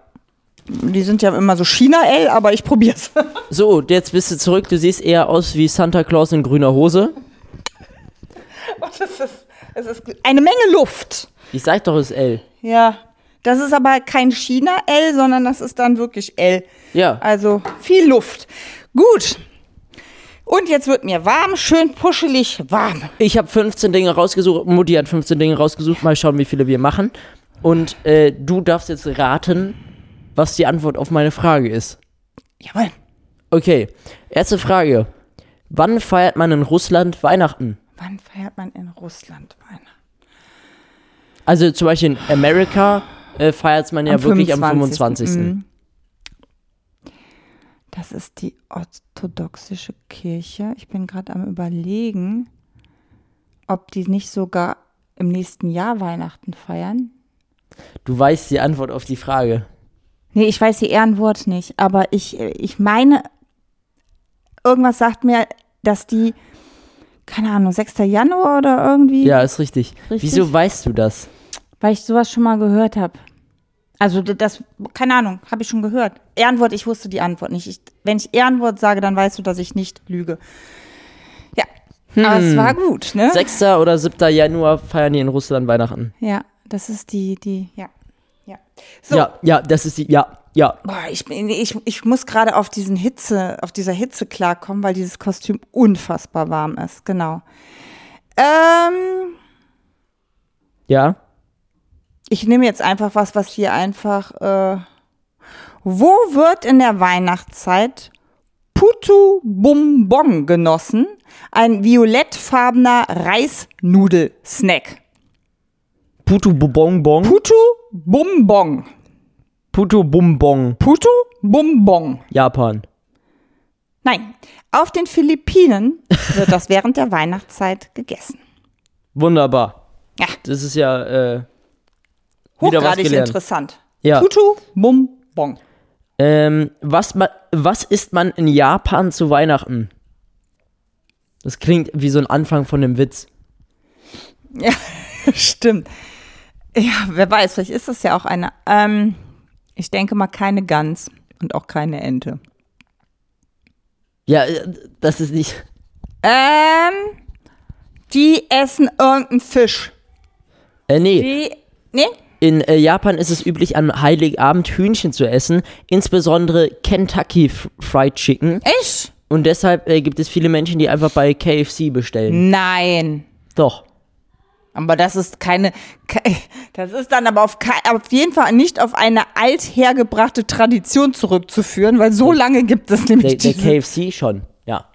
Speaker 2: Die sind ja immer so China-L, aber ich probier's.
Speaker 1: So, jetzt bist du zurück. Du siehst eher aus wie Santa Claus in grüner Hose.
Speaker 2: Das ist, Es ist eine Menge Luft.
Speaker 1: Ich sag doch, es ist L.
Speaker 2: Ja. Das ist aber kein China-L, sondern das ist dann wirklich L.
Speaker 1: Ja.
Speaker 2: Also viel Luft. Gut. Und jetzt wird mir warm, schön puschelig warm.
Speaker 1: Ich habe 15 Dinge rausgesucht. Mutti hat 15 Dinge rausgesucht. Mal schauen, wie viele wir machen. Und äh, du darfst jetzt raten, was die Antwort auf meine Frage ist.
Speaker 2: Jawohl.
Speaker 1: Okay. Erste Frage. Wann feiert man in Russland Weihnachten?
Speaker 2: Wann feiert man in Russland Weihnachten?
Speaker 1: Also zum Beispiel in Amerika äh, feiert man ja
Speaker 2: Am
Speaker 1: wirklich
Speaker 2: 25..
Speaker 1: am 25.
Speaker 2: Das ist die orthodoxische Kirche. Ich bin gerade am Überlegen, ob die nicht sogar im nächsten Jahr Weihnachten feiern. Mhm.
Speaker 1: Du weißt die Antwort auf die Frage.
Speaker 2: Nee, ich weiß die Ehrenwort nicht, aber ich, äh, ich meine, irgendwas sagt mir, dass die, keine Ahnung, 6. Januar oder irgendwie,
Speaker 1: Ja, ist richtig.
Speaker 2: Richtig.
Speaker 1: Wieso weißt du das?
Speaker 2: weil ich sowas schon mal gehört habe. Also d- das, keine Ahnung, habe ich schon gehört. Ehrenwort, ich wusste die Antwort nicht. Ich, wenn ich Ehrenwort sage, dann weißt du, dass ich nicht lüge. Ja, aber es war gut, ne?
Speaker 1: 6. oder 7. Januar feiern die in Russland Weihnachten.
Speaker 2: Ja, das ist die, die, ja. ja. So,
Speaker 1: Ja, ja, das ist die, ja, ja.
Speaker 2: Boah, ich, bin, ich, ich muss gerade auf diesen Hitze, auf dieser Hitze klarkommen, weil dieses Kostüm unfassbar warm ist, genau. Ähm,
Speaker 1: Ja?
Speaker 2: ich nehme jetzt einfach was, was hier einfach. Äh, wo wird in der Weihnachtszeit Putu Bonbon genossen? Ein violettfarbener Reisnudelsnack.
Speaker 1: Putu Bonbon.
Speaker 2: Putu Bonbon.
Speaker 1: Putu Bonbon.
Speaker 2: Putu Bonbon.
Speaker 1: Japan.
Speaker 2: Nein, auf den Philippinen wird das während der Weihnachtszeit gegessen.
Speaker 1: Wunderbar.
Speaker 2: Ja.
Speaker 1: Das ist ja, äh, Wieder was
Speaker 2: Hochgradig
Speaker 1: gelernt.
Speaker 2: interessant.
Speaker 1: ja.
Speaker 2: Tutu, Mum, Bong.
Speaker 1: Ähm, was, ma was isst man in Japan zu Weihnachten? Das klingt wie so ein Anfang von einem Witz.
Speaker 2: Stimmt. Ja, wer weiß, vielleicht ist das ja auch eine. Ähm, ich denke mal keine Gans und auch keine Ente.
Speaker 1: Ja, äh, das ist nicht.
Speaker 2: Ähm, die essen irgendeinen Fisch.
Speaker 1: Äh, nee.
Speaker 2: Die, nee?
Speaker 1: In äh, Japan ist es üblich, am Heiligabend Hühnchen zu essen, insbesondere Kentucky F Fried Chicken.
Speaker 2: Ich?
Speaker 1: Und deshalb äh, gibt es viele Menschen, die einfach bei KFC bestellen.
Speaker 2: Nein.
Speaker 1: Doch.
Speaker 2: Aber das ist keine, ke- das ist dann aber auf, kei- auf jeden Fall nicht auf eine althergebrachte Tradition zurückzuführen, weil so lange gibt es
Speaker 1: Der,
Speaker 2: nämlich
Speaker 1: der
Speaker 2: diese
Speaker 1: KFC schon, ja.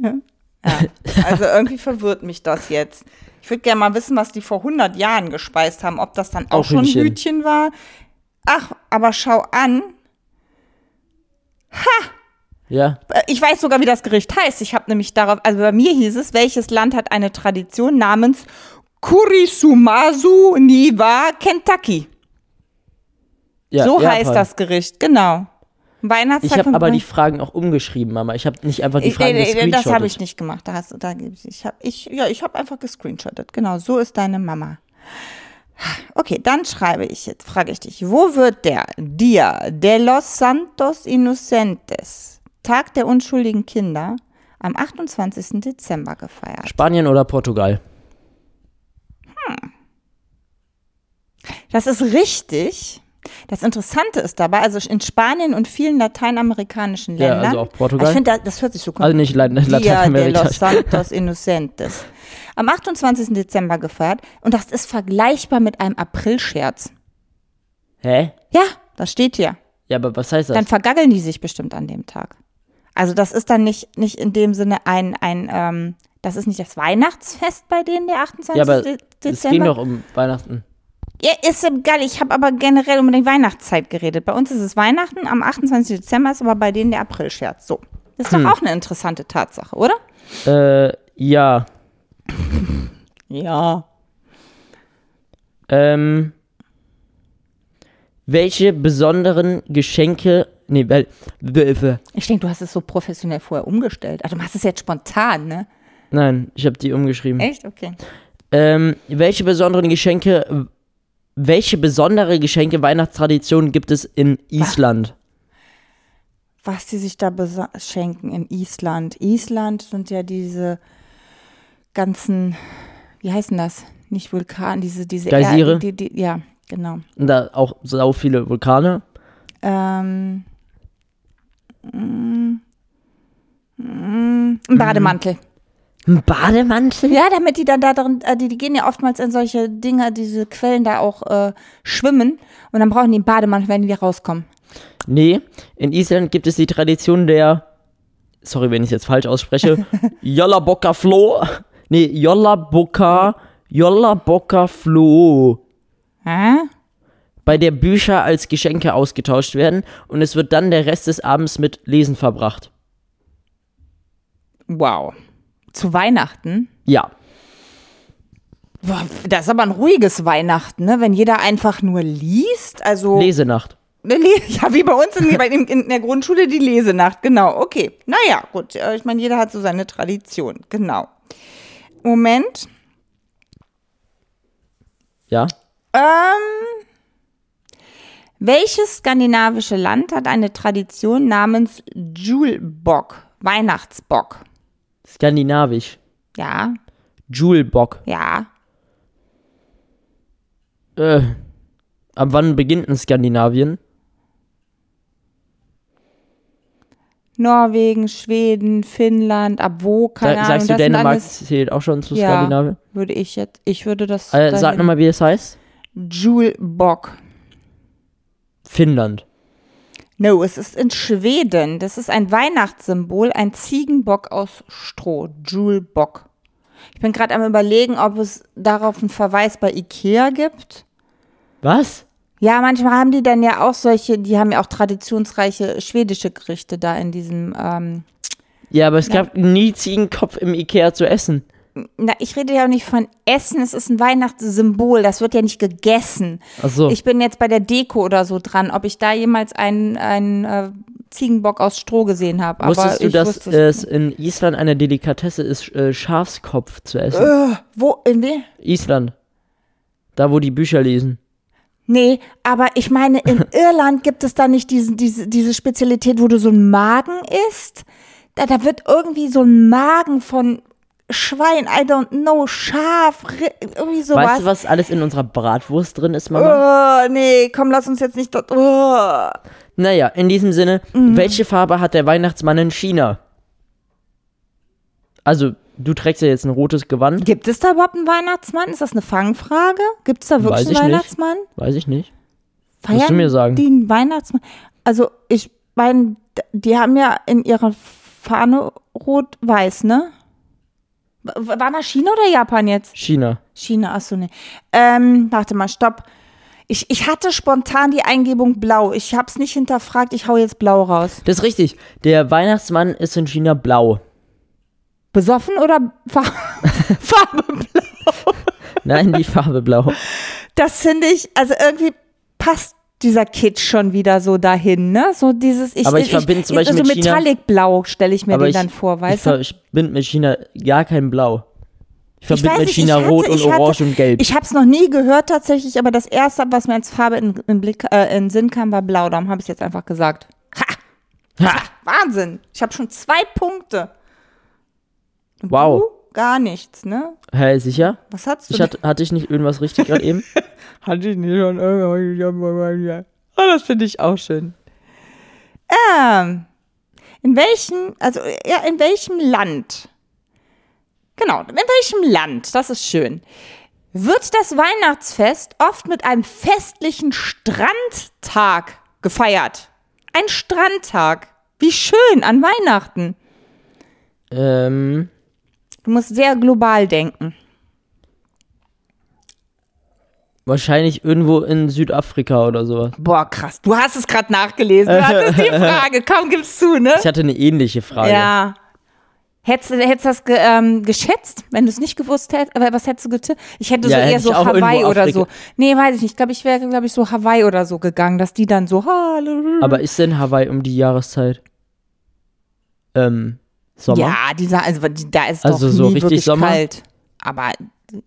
Speaker 2: Also irgendwie verwirrt mich das jetzt. Ich würde gerne mal wissen, was die vor 100 Jahren gespeist haben, ob das dann auch,
Speaker 1: Auch
Speaker 2: schon
Speaker 1: Hühnchen.
Speaker 2: Hütchen war. Ach, aber schau an.
Speaker 1: Ja.
Speaker 2: Äh, Ich weiß sogar, wie das Gericht heißt. Ich habe nämlich darauf, also bei mir hieß es, welches Land hat eine Tradition namens Kurisumasu Niwa Kentucky.
Speaker 1: ja
Speaker 2: so
Speaker 1: Japan.
Speaker 2: heißt das Gericht, genau. Weihnachtszeit
Speaker 1: Ich habe
Speaker 2: kommt
Speaker 1: aber
Speaker 2: bei-
Speaker 1: die Fragen auch umgeschrieben, Mama. Ich habe nicht einfach die
Speaker 2: Ich,
Speaker 1: Fragen
Speaker 2: nee, nee, das habe
Speaker 1: gescreenshottet.
Speaker 2: ich nicht gemacht. Da hast du, da, ich habe ich, ja, ich hab einfach gescreenshottet. Genau, so ist deine Mama. Okay, dann schreibe ich jetzt, frage ich dich, wo wird der Dia de los Santos Inocentes, Tag der unschuldigen Kinder, am 28. Dezember gefeiert?
Speaker 1: Spanien oder Portugal?
Speaker 2: Das ist richtig. Das Interessante ist dabei, also in Spanien und vielen lateinamerikanischen
Speaker 1: Ja,
Speaker 2: Ländern.
Speaker 1: also auch Portugal.
Speaker 2: Ich finde, das, das hört sich so komisch
Speaker 1: Also nicht Lat-
Speaker 2: Dia de
Speaker 1: Lateinamerika.
Speaker 2: los Santos Inocentes. Am 28. Dezember gefeiert und das ist vergleichbar mit einem Aprilscherz.
Speaker 1: Hä?
Speaker 2: Ja, das steht hier.
Speaker 1: Ja, aber was heißt das?
Speaker 2: Dann vergaggeln die sich bestimmt an dem Tag. Also das ist dann nicht, nicht in dem Sinne ein, ein ähm, das ist nicht das Weihnachtsfest bei denen, der 28.
Speaker 1: ja, aber
Speaker 2: De-
Speaker 1: es ging
Speaker 2: Dezember.
Speaker 1: doch um Weihnachten.
Speaker 2: Ja, ist ja geil. Ich habe aber generell um die Weihnachtszeit geredet. Bei uns ist es Weihnachten, am 28. Dezember ist aber bei denen der Aprilscherz. So. Das ist
Speaker 1: Hm.
Speaker 2: doch auch eine interessante Tatsache, oder?
Speaker 1: Äh, ja.
Speaker 2: Ja.
Speaker 1: Ähm, welche besonderen Geschenke. Nee, wel- wel-
Speaker 2: Ich denke, du hast es so professionell vorher umgestellt. Also du machst es jetzt spontan, ne?
Speaker 1: nein, ich habe die umgeschrieben.
Speaker 2: Echt? Okay.
Speaker 1: Ähm, welche besonderen Geschenke. Welche besondere Geschenke Weihnachtstradition gibt es in Island?
Speaker 2: Was die sich da besa- schenken in Island. Island sind ja diese ganzen, wie heißen das? nicht Vulkan, diese, diese
Speaker 1: Geysire?
Speaker 2: Erde- die, die, ja, genau.
Speaker 1: Und da auch sau viele Vulkane.
Speaker 2: Ähm, mm, mm, ein Bademantel.
Speaker 1: Ein Bademantel?
Speaker 2: Ja, damit die dann da drin, äh, die, die gehen ja oftmals in solche Dinger, diese Quellen da auch äh, schwimmen und dann brauchen die einen Bademantel, wenn die da rauskommen.
Speaker 1: Nee, in Island gibt es die Tradition der, sorry, wenn ich es jetzt falsch ausspreche, Jollabokka Flo. Nee, Jollabokka, Jollabokka Flo.
Speaker 2: Hä?
Speaker 1: bei der Bücher als Geschenke ausgetauscht werden und es wird dann der Rest des Abends mit Lesen verbracht.
Speaker 2: Wow. Zu Weihnachten?
Speaker 1: Ja.
Speaker 2: Boah, das ist aber ein ruhiges Weihnachten, ne? wenn jeder einfach nur liest. Also
Speaker 1: Lesenacht.
Speaker 2: Ne, Le- Ja, wie bei uns in, bei dem- in der Grundschule die Lesenacht, genau, okay. Naja, gut, äh, ich meine, jeder hat so seine Tradition, genau. Moment,
Speaker 1: Ja.
Speaker 2: ähm, welches skandinavische Land hat eine Tradition namens Julbock, Weihnachtsbock?
Speaker 1: Skandinavisch.
Speaker 2: Ja,
Speaker 1: Julebock.
Speaker 2: ja,
Speaker 1: Äh. Ab wann beginnt in Skandinavien?
Speaker 2: Norwegen, Schweden, Finnland, ab wo,
Speaker 1: Sa-
Speaker 2: keine Ahnung.
Speaker 1: sagst du,
Speaker 2: das sind
Speaker 1: Dänemark
Speaker 2: alles-
Speaker 1: zählt auch schon zu
Speaker 2: ja,
Speaker 1: Skandinavien?
Speaker 2: würde ich jetzt, ich würde das
Speaker 1: Äh, sag nochmal, wie es heißt.
Speaker 2: Julbock.
Speaker 1: Finnland.
Speaker 2: No, es ist in Schweden. Das ist ein Weihnachtssymbol, ein Ziegenbock aus Stroh, Julbock. Ich bin gerade am überlegen, ob es darauf einen Verweis bei Ikea gibt.
Speaker 1: Was?
Speaker 2: Ja, manchmal haben die dann ja auch solche, die haben ja auch traditionsreiche schwedische Gerichte da in diesem, ähm,
Speaker 1: Ja, aber es gab nie Ziegenkopf im Ikea zu essen.
Speaker 2: na, ich rede ja auch nicht von Essen, es ist ein Weihnachtssymbol, das wird ja nicht gegessen.
Speaker 1: Ach so.
Speaker 2: Ich bin jetzt bei der Deko oder so dran, ob ich da jemals einen, einen äh, Ziegenbock aus Stroh gesehen habe. Aber
Speaker 1: Wusstest du,
Speaker 2: ich
Speaker 1: dass äh,
Speaker 2: wusste es
Speaker 1: es in Island eine Delikatesse ist, äh, Schafskopf zu essen?
Speaker 2: Äh. Wo, in wem?
Speaker 1: Island. Da, wo die Bücher lesen.
Speaker 2: Nee, aber ich meine, in Irland gibt es da nicht diesen, diese, diese Spezialität, wo du so einen Magen isst. Da, da wird irgendwie so ein Magen von Schwein, I don't know, Schaf, Ri- irgendwie sowas.
Speaker 1: Weißt du, was alles in unserer Bratwurst drin ist, Mama?
Speaker 2: Oh, nee, komm, lass uns jetzt nicht dort. Oh.
Speaker 1: Naja, in diesem Sinne,
Speaker 2: Mhm.
Speaker 1: welche Farbe hat der Weihnachtsmann in China? Also, du trägst ja jetzt ein rotes Gewand.
Speaker 2: Gibt es da überhaupt einen Weihnachtsmann? Ist das eine Fangfrage? Gibt es da wirklich
Speaker 1: Weiß
Speaker 2: einen
Speaker 1: ich nicht.
Speaker 2: Weihnachtsmann?
Speaker 1: Weiß ich nicht.
Speaker 2: Feiern
Speaker 1: du mir sagen.
Speaker 2: Die einen Weihnachtsmann. Also, ich meine, d- die haben ja in ihrer Fahne rot-weiß, ne? W- War das China oder Japan jetzt?
Speaker 1: China.
Speaker 2: China, achso, ne. Ähm, warte mal, stopp. Ich, ich hatte spontan die Eingebung blau. Ich hab's nicht hinterfragt. Ich hau jetzt blau raus.
Speaker 1: Das ist richtig. Der Weihnachtsmann ist in China blau.
Speaker 2: Besoffen oder Fa Farbe blau?
Speaker 1: Nein, die Farbe blau.
Speaker 2: Das finde ich, also irgendwie passt dieser Kitsch schon wieder so dahin, ne? So dieses, ich,
Speaker 1: Aber ich verbinde zum Beispiel
Speaker 2: also
Speaker 1: mit China-
Speaker 2: Metallic Blau stelle ich mir
Speaker 1: Aber
Speaker 2: den
Speaker 1: ich,
Speaker 2: dann vor,
Speaker 1: ich,
Speaker 2: weißt du?
Speaker 1: ver- ich verbinde mit China gar kein Blau. Ich
Speaker 2: Ich
Speaker 1: verbinde
Speaker 2: weiß
Speaker 1: mit
Speaker 2: nicht,
Speaker 1: China
Speaker 2: ich hatte-
Speaker 1: rot und
Speaker 2: ich hatte-
Speaker 1: orange und gelb.
Speaker 2: Ich habe es noch nie gehört tatsächlich, aber das erste, was mir als Farbe in, in, Blick, äh, in Sinn kam, war blau. Darum habe ich jetzt einfach gesagt. Ha! ha! Wahnsinn! Ich habe schon zwei Punkte. Und
Speaker 1: Wow.
Speaker 2: Du? Gar nichts, ne?
Speaker 1: Hä, sicher?
Speaker 2: Was hast du
Speaker 1: Ich hatte, hatte ich nicht irgendwas richtig gerade eben?
Speaker 2: Hatte ich nicht schon irgendwann. Oh, das finde ich auch schön. Ähm, in welchem, also ja, in welchem Land? Genau, in welchem Land? Das ist schön. Wird das Weihnachtsfest oft mit einem festlichen Strandtag gefeiert? Ein Strandtag. Wie schön an Weihnachten.
Speaker 1: ähm,
Speaker 2: Du musst sehr global denken.
Speaker 1: wahrscheinlich irgendwo in Südafrika oder sowas.
Speaker 2: Boah, krass. Du hast es gerade nachgelesen. Du hattest die Frage. Komm, gib's zu, ne?
Speaker 1: Ich hatte eine ähnliche Frage.
Speaker 2: Ja. Hättest du hättest du das ge, ähm, geschätzt, wenn du es nicht gewusst hättest? Aber was hättest du getippt? Ich hätte so
Speaker 1: Ja, hätte
Speaker 2: eher
Speaker 1: ich
Speaker 2: so
Speaker 1: auch irgendwo
Speaker 2: Hawaii oder so.
Speaker 1: Afrika-
Speaker 2: Nee, weiß ich nicht. Ich glaube, ich wäre, glaube ich, so Hawaii oder so gegangen, dass die dann so.
Speaker 1: Aber ist denn Hawaii um die Jahreszeit? Ähm, Sommer?
Speaker 2: Ja, dieser, also die- da ist
Speaker 1: Also
Speaker 2: doch
Speaker 1: so
Speaker 2: nie
Speaker 1: richtig
Speaker 2: wirklich
Speaker 1: Sommer?
Speaker 2: kalt. Aber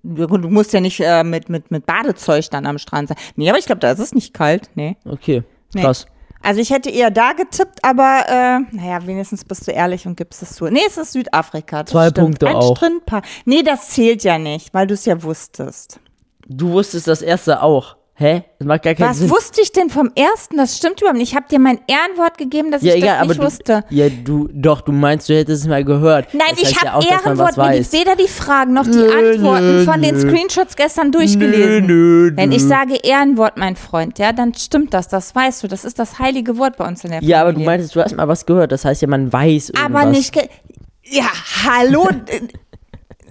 Speaker 2: du du musst ja nicht äh, mit, mit, mit Badezeug dann am Strand sein. Nee, aber ich glaube, da ist es nicht kalt. Nee.
Speaker 1: Okay,
Speaker 2: Nee.
Speaker 1: krass.
Speaker 2: Also ich hätte eher da getippt, aber äh, naja, wenigstens bist du ehrlich und gibst es zu. Nee, es ist Südafrika. Das
Speaker 3: Zwei
Speaker 2: stimmt.
Speaker 3: Punkte
Speaker 2: Ein
Speaker 3: auch.
Speaker 2: Strindpaar. Nee, das zählt ja nicht, weil du es ja wusstest.
Speaker 1: Du wusstest das erste auch. Hä? Das macht gar keinen
Speaker 2: Was
Speaker 1: Sinn.
Speaker 2: wusste ich denn vom ersten? Das stimmt überhaupt nicht. Ich habe dir mein Ehrenwort gegeben, dass
Speaker 1: ja,
Speaker 2: ich das
Speaker 1: egal, aber
Speaker 2: nicht
Speaker 1: du,
Speaker 2: wusste.
Speaker 1: ja, du, doch, du meinst, du hättest es mal gehört.
Speaker 2: Nein,
Speaker 1: das
Speaker 2: ich
Speaker 1: heißt ja
Speaker 2: habe
Speaker 1: auch, dass man was
Speaker 2: Ehrenwort mir
Speaker 1: weiß.
Speaker 2: nicht weder die Fragen noch die Antworten von den Screenshots gestern durchgelesen.
Speaker 1: nö,
Speaker 2: Wenn ich sage Ehrenwort, mein Freund, ja, dann stimmt das. Das weißt du. Das ist das heilige Wort bei uns in der Familie.
Speaker 1: Ja, aber du meintest, du hast mal was gehört. Das heißt ja, man weiß irgendwas.
Speaker 2: aber nicht. Ge ja, hallo. äh,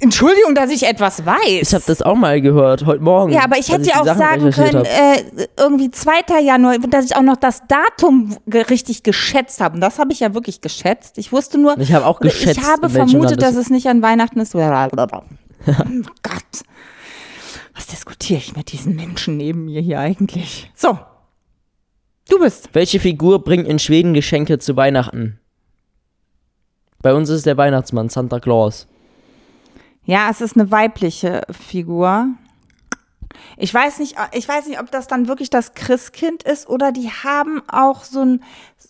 Speaker 2: Entschuldigung, dass ich etwas weiß.
Speaker 1: Ich habe das auch mal gehört, heute Morgen.
Speaker 2: ja, aber ich
Speaker 1: als
Speaker 2: hätte
Speaker 1: die
Speaker 2: ja auch
Speaker 1: Sachen
Speaker 2: sagen
Speaker 1: recherchiert
Speaker 2: können,
Speaker 1: hab.
Speaker 2: äh, irgendwie 2. Januar, dass ich auch noch das Datum ge- richtig geschätzt habe. Und das habe ich ja wirklich geschätzt. Ich wusste nur,
Speaker 1: Ich habe auch geschätzt,
Speaker 2: ich habe
Speaker 1: in welchem
Speaker 2: vermutet,
Speaker 1: Land es-
Speaker 2: dass es nicht an Weihnachten ist. Blablabla. Oh Gott. Was diskutiere ich mit diesen Menschen neben mir hier eigentlich? So. Du bist.
Speaker 1: Welche Figur bringt in Schweden Geschenke zu Weihnachten? Bei uns ist der Weihnachtsmann Santa Claus.
Speaker 2: Ja, es ist eine weibliche Figur. Ich weiß nicht, ich weiß nicht, ob das dann wirklich das Christkind ist oder die haben auch so ein,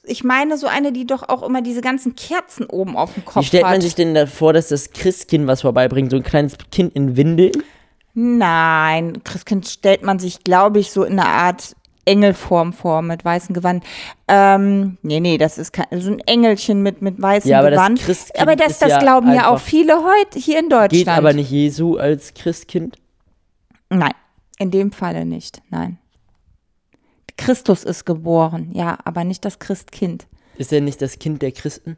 Speaker 2: ich meine so eine, die doch auch immer diese ganzen Kerzen oben auf dem Kopf
Speaker 1: Wie stellt
Speaker 2: hat.
Speaker 1: man sich denn da vor, dass das Christkind was vorbeibringt? So ein kleines Kind in Windeln?
Speaker 2: Nein, Christkind stellt man sich, glaube ich, so in einer Art Engelform vor mit weißem Gewand. Ähm, nee, nee, das ist kein, so ein Engelchen mit, mit weißem
Speaker 1: Ja, aber das
Speaker 2: Gewand.
Speaker 1: Christkind
Speaker 2: aber das,
Speaker 1: ist
Speaker 2: das
Speaker 1: ja
Speaker 2: glauben ja auch
Speaker 1: einfach-
Speaker 2: viele heute hier in Deutschland.
Speaker 1: Geht aber nicht Jesu als Christkind?
Speaker 2: Nein, in dem Falle nicht. Nein. Christus ist geboren, ja, aber nicht das Christkind.
Speaker 1: Ist er nicht das Kind der Christen?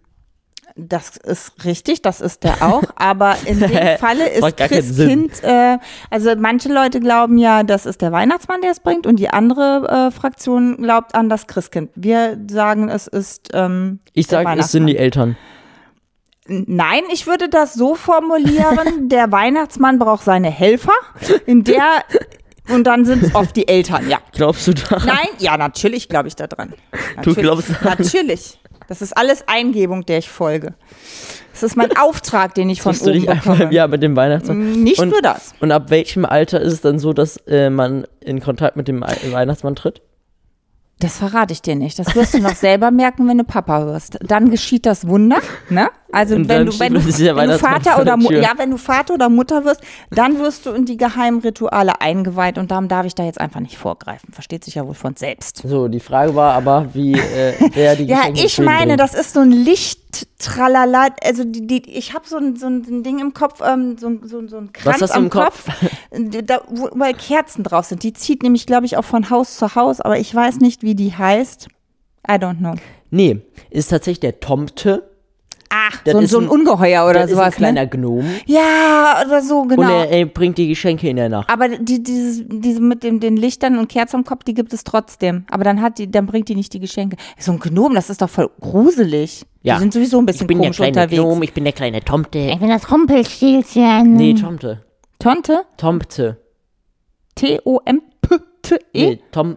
Speaker 2: Das ist richtig, das ist er auch, aber in dem Falle ist
Speaker 1: Macht gar keinen
Speaker 2: Christkind, äh, also manche Leute glauben ja, das ist der Weihnachtsmann, der es bringt und die andere äh, Fraktion glaubt an das Christkind. Wir sagen, es ist ähm,
Speaker 1: Ich
Speaker 2: der
Speaker 1: sage, es sind die Eltern.
Speaker 2: Nein, ich würde das so formulieren, der Weihnachtsmann braucht seine Helfer, in der und dann sind es oft die Eltern, ja.
Speaker 1: Glaubst du daran?
Speaker 2: Nein, ja, natürlich glaube ich da dran.
Speaker 1: Du
Speaker 2: Natürlich,
Speaker 1: glaubst daran.
Speaker 2: Natürlich. Das ist alles Eingebung, der ich folge. Das ist mein Auftrag, den ich von
Speaker 1: Musst du
Speaker 2: oben
Speaker 1: dich einmal im
Speaker 2: bekomme.
Speaker 1: Jahr mit dem Weihnachtsmann.
Speaker 2: Nicht
Speaker 1: und,
Speaker 2: nur das.
Speaker 1: Und ab welchem Alter ist es dann so, dass äh, man in Kontakt mit dem Ei- Weihnachtsmann tritt?
Speaker 2: Das verrate ich dir nicht. Das wirst du noch selber merken, wenn du Papa wirst. Dann geschieht das Wunder. Ne? Also
Speaker 1: Und dann
Speaker 2: wenn du, wenn
Speaker 1: steht
Speaker 2: du,
Speaker 1: plötzlich der
Speaker 2: wenn du
Speaker 1: Weihnachtsmann vor
Speaker 2: Vater
Speaker 1: der
Speaker 2: oder Mu
Speaker 1: Tür.
Speaker 2: ja, wenn du Vater oder Mutter wirst, dann wirst du in die geheimen Rituale eingeweiht und darum darf ich da jetzt einfach nicht vorgreifen. Versteht sich ja wohl von selbst.
Speaker 1: So, die Frage war aber, wie äh, wer die
Speaker 2: Ja,
Speaker 1: Geschenke
Speaker 2: ich
Speaker 1: in Schweden
Speaker 2: meine,
Speaker 1: bringt.
Speaker 2: das ist so ein Licht-Tralala. Also, die, die, ich habe so ein, so ein Ding im Kopf, ähm, so, ein- so, ein- so ein Kranz
Speaker 1: hast du
Speaker 2: am
Speaker 1: im
Speaker 2: Kopf,
Speaker 1: Kopf?
Speaker 2: da, wo überall Kerzen drauf sind. Die zieht nämlich, glaube ich, auch von Haus zu Haus, aber ich weiß nicht, wie die heißt. I don't know.
Speaker 1: Nee, ist tatsächlich der Tomte.
Speaker 2: Ach,
Speaker 1: Ah, Das
Speaker 2: so, ein-
Speaker 1: ist
Speaker 2: so ein
Speaker 1: ein-
Speaker 2: Ungeheuer oder
Speaker 1: das ist ein
Speaker 2: sowas.
Speaker 1: kleiner
Speaker 2: ne?
Speaker 1: Gnom.
Speaker 2: Ja, oder so, genau.
Speaker 1: Und er, er bringt die Geschenke in der Nacht.
Speaker 2: aber die, dieses, diese mit dem, den Lichtern und Kerzen am Kopf, die gibt es trotzdem. Aber dann hat die, dann bringt die nicht die Geschenke. So ein Gnom, das ist doch voll gruselig.
Speaker 1: Ja.
Speaker 2: Die sind sowieso ein bisschen
Speaker 1: Ich bin der
Speaker 2: komisch
Speaker 1: kleine
Speaker 2: unterwegs.
Speaker 1: Gnom, ich bin der kleine Tomte.
Speaker 2: bin das Rumpelstilzchen.
Speaker 1: Nee, Tomte.
Speaker 2: Tonte?
Speaker 1: Tomte.
Speaker 2: T-O-M-P-T-E?
Speaker 1: Nee, Tom.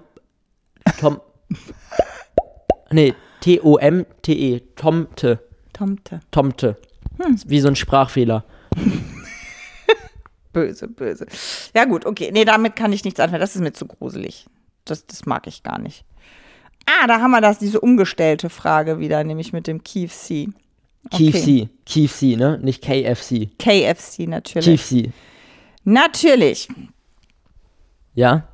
Speaker 1: Tom. nee, T-O-M-T-E. E, Tomte.
Speaker 2: Tomte.
Speaker 1: Tomte.
Speaker 2: Hm.
Speaker 1: Ist Wie so ein Sprachfehler.
Speaker 2: Böse, böse. Ja gut, okay. Nee, damit kann ich nichts anfangen. Das ist mir zu gruselig. Das, das mag ich gar nicht. Ah, da haben wir das, diese umgestellte Frage wieder, nämlich mit dem KFC.
Speaker 1: KFC. KFC, ne? Nicht KFC.
Speaker 2: KFC natürlich.
Speaker 1: KFC.
Speaker 2: Natürlich.
Speaker 1: Ja?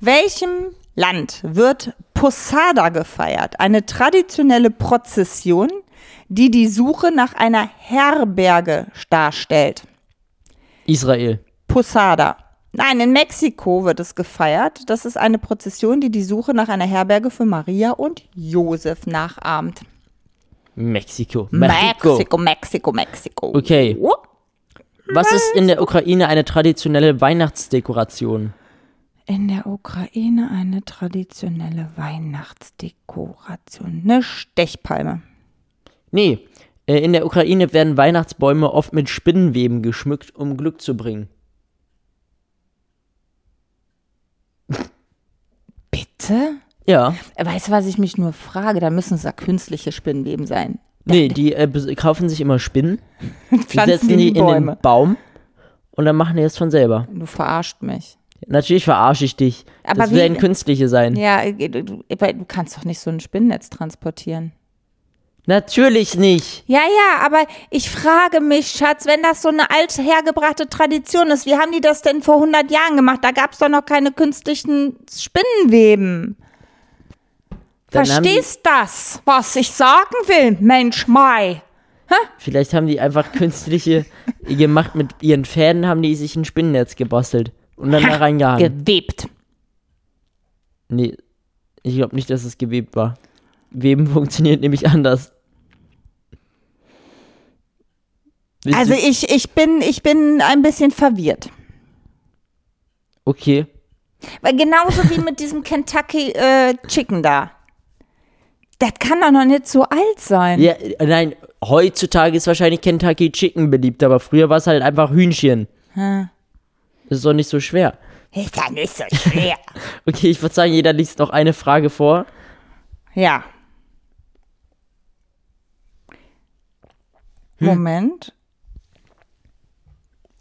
Speaker 2: Welchem Land wird Posada gefeiert? Eine traditionelle Prozession, die die Suche nach einer Herberge darstellt.
Speaker 1: Israel.
Speaker 2: Posada. Nein, in Mexiko wird es gefeiert. Das ist eine Prozession, die die Suche nach einer Herberge für Maria und Josef nachahmt.
Speaker 1: Mexiko.
Speaker 2: Mexiko, Mexiko, Mexiko.
Speaker 1: Okay.
Speaker 2: Oh,
Speaker 1: Was ist in der Ukraine eine traditionelle Weihnachtsdekoration?
Speaker 2: In der Ukraine eine traditionelle Weihnachtsdekoration. Eine Stechpalme.
Speaker 1: Nee. Äh, In der Ukraine werden Weihnachtsbäume oft mit Spinnenweben geschmückt, um Glück zu bringen.
Speaker 2: Bitte?
Speaker 1: Ja.
Speaker 2: Weißt du, was ich mich nur frage? Da müssen es ja künstliche Spinnenweben sein.
Speaker 1: Nee, die äh, bes- kaufen sich immer Spinnen, die
Speaker 2: Pflanzen
Speaker 1: setzen die in den Baum und dann machen die es von selber.
Speaker 2: Du verarscht mich.
Speaker 1: Natürlich verarsche ich dich.
Speaker 2: Aber
Speaker 1: das
Speaker 2: wie-
Speaker 1: werden künstliche sein.
Speaker 2: Ja, äh, du, aber du kannst doch nicht so ein Spinnennetz transportieren.
Speaker 1: Natürlich nicht.
Speaker 2: Ja, ja, aber ich frage mich, Schatz, wenn das so eine alte hergebrachte Tradition ist, wie haben die das denn vor 100 Jahren gemacht? Da gab es doch noch keine künstlichen Spinnenweben.
Speaker 1: Dann haben die-
Speaker 2: Verstehst das, was ich sagen will, Mensch Mai?
Speaker 1: Vielleicht haben die einfach künstliche gemacht mit ihren Fäden, haben die sich ein Spinnennetz gebastelt und dann da reingehangen.
Speaker 2: Gewebt.
Speaker 1: Nee, ich glaube nicht, dass es gewebt war. Weben funktioniert nämlich anders. Willst
Speaker 2: Also
Speaker 1: du-
Speaker 2: ich, ich, bin, ich bin ein bisschen verwirrt.
Speaker 1: okay.
Speaker 2: Weil genauso wie mit diesem Kentucky äh, Chicken da. Das kann doch noch nicht so alt sein.
Speaker 1: Ja, äh, nein, heutzutage ist wahrscheinlich Kentucky Chicken beliebt, aber früher war es halt einfach Hühnchen. Das ist doch nicht so schwer.
Speaker 2: Ist ja nicht so schwer.
Speaker 1: Okay, ich würde sagen, jeder liest noch eine Frage vor.
Speaker 2: Ja.
Speaker 1: Hm.
Speaker 2: Moment.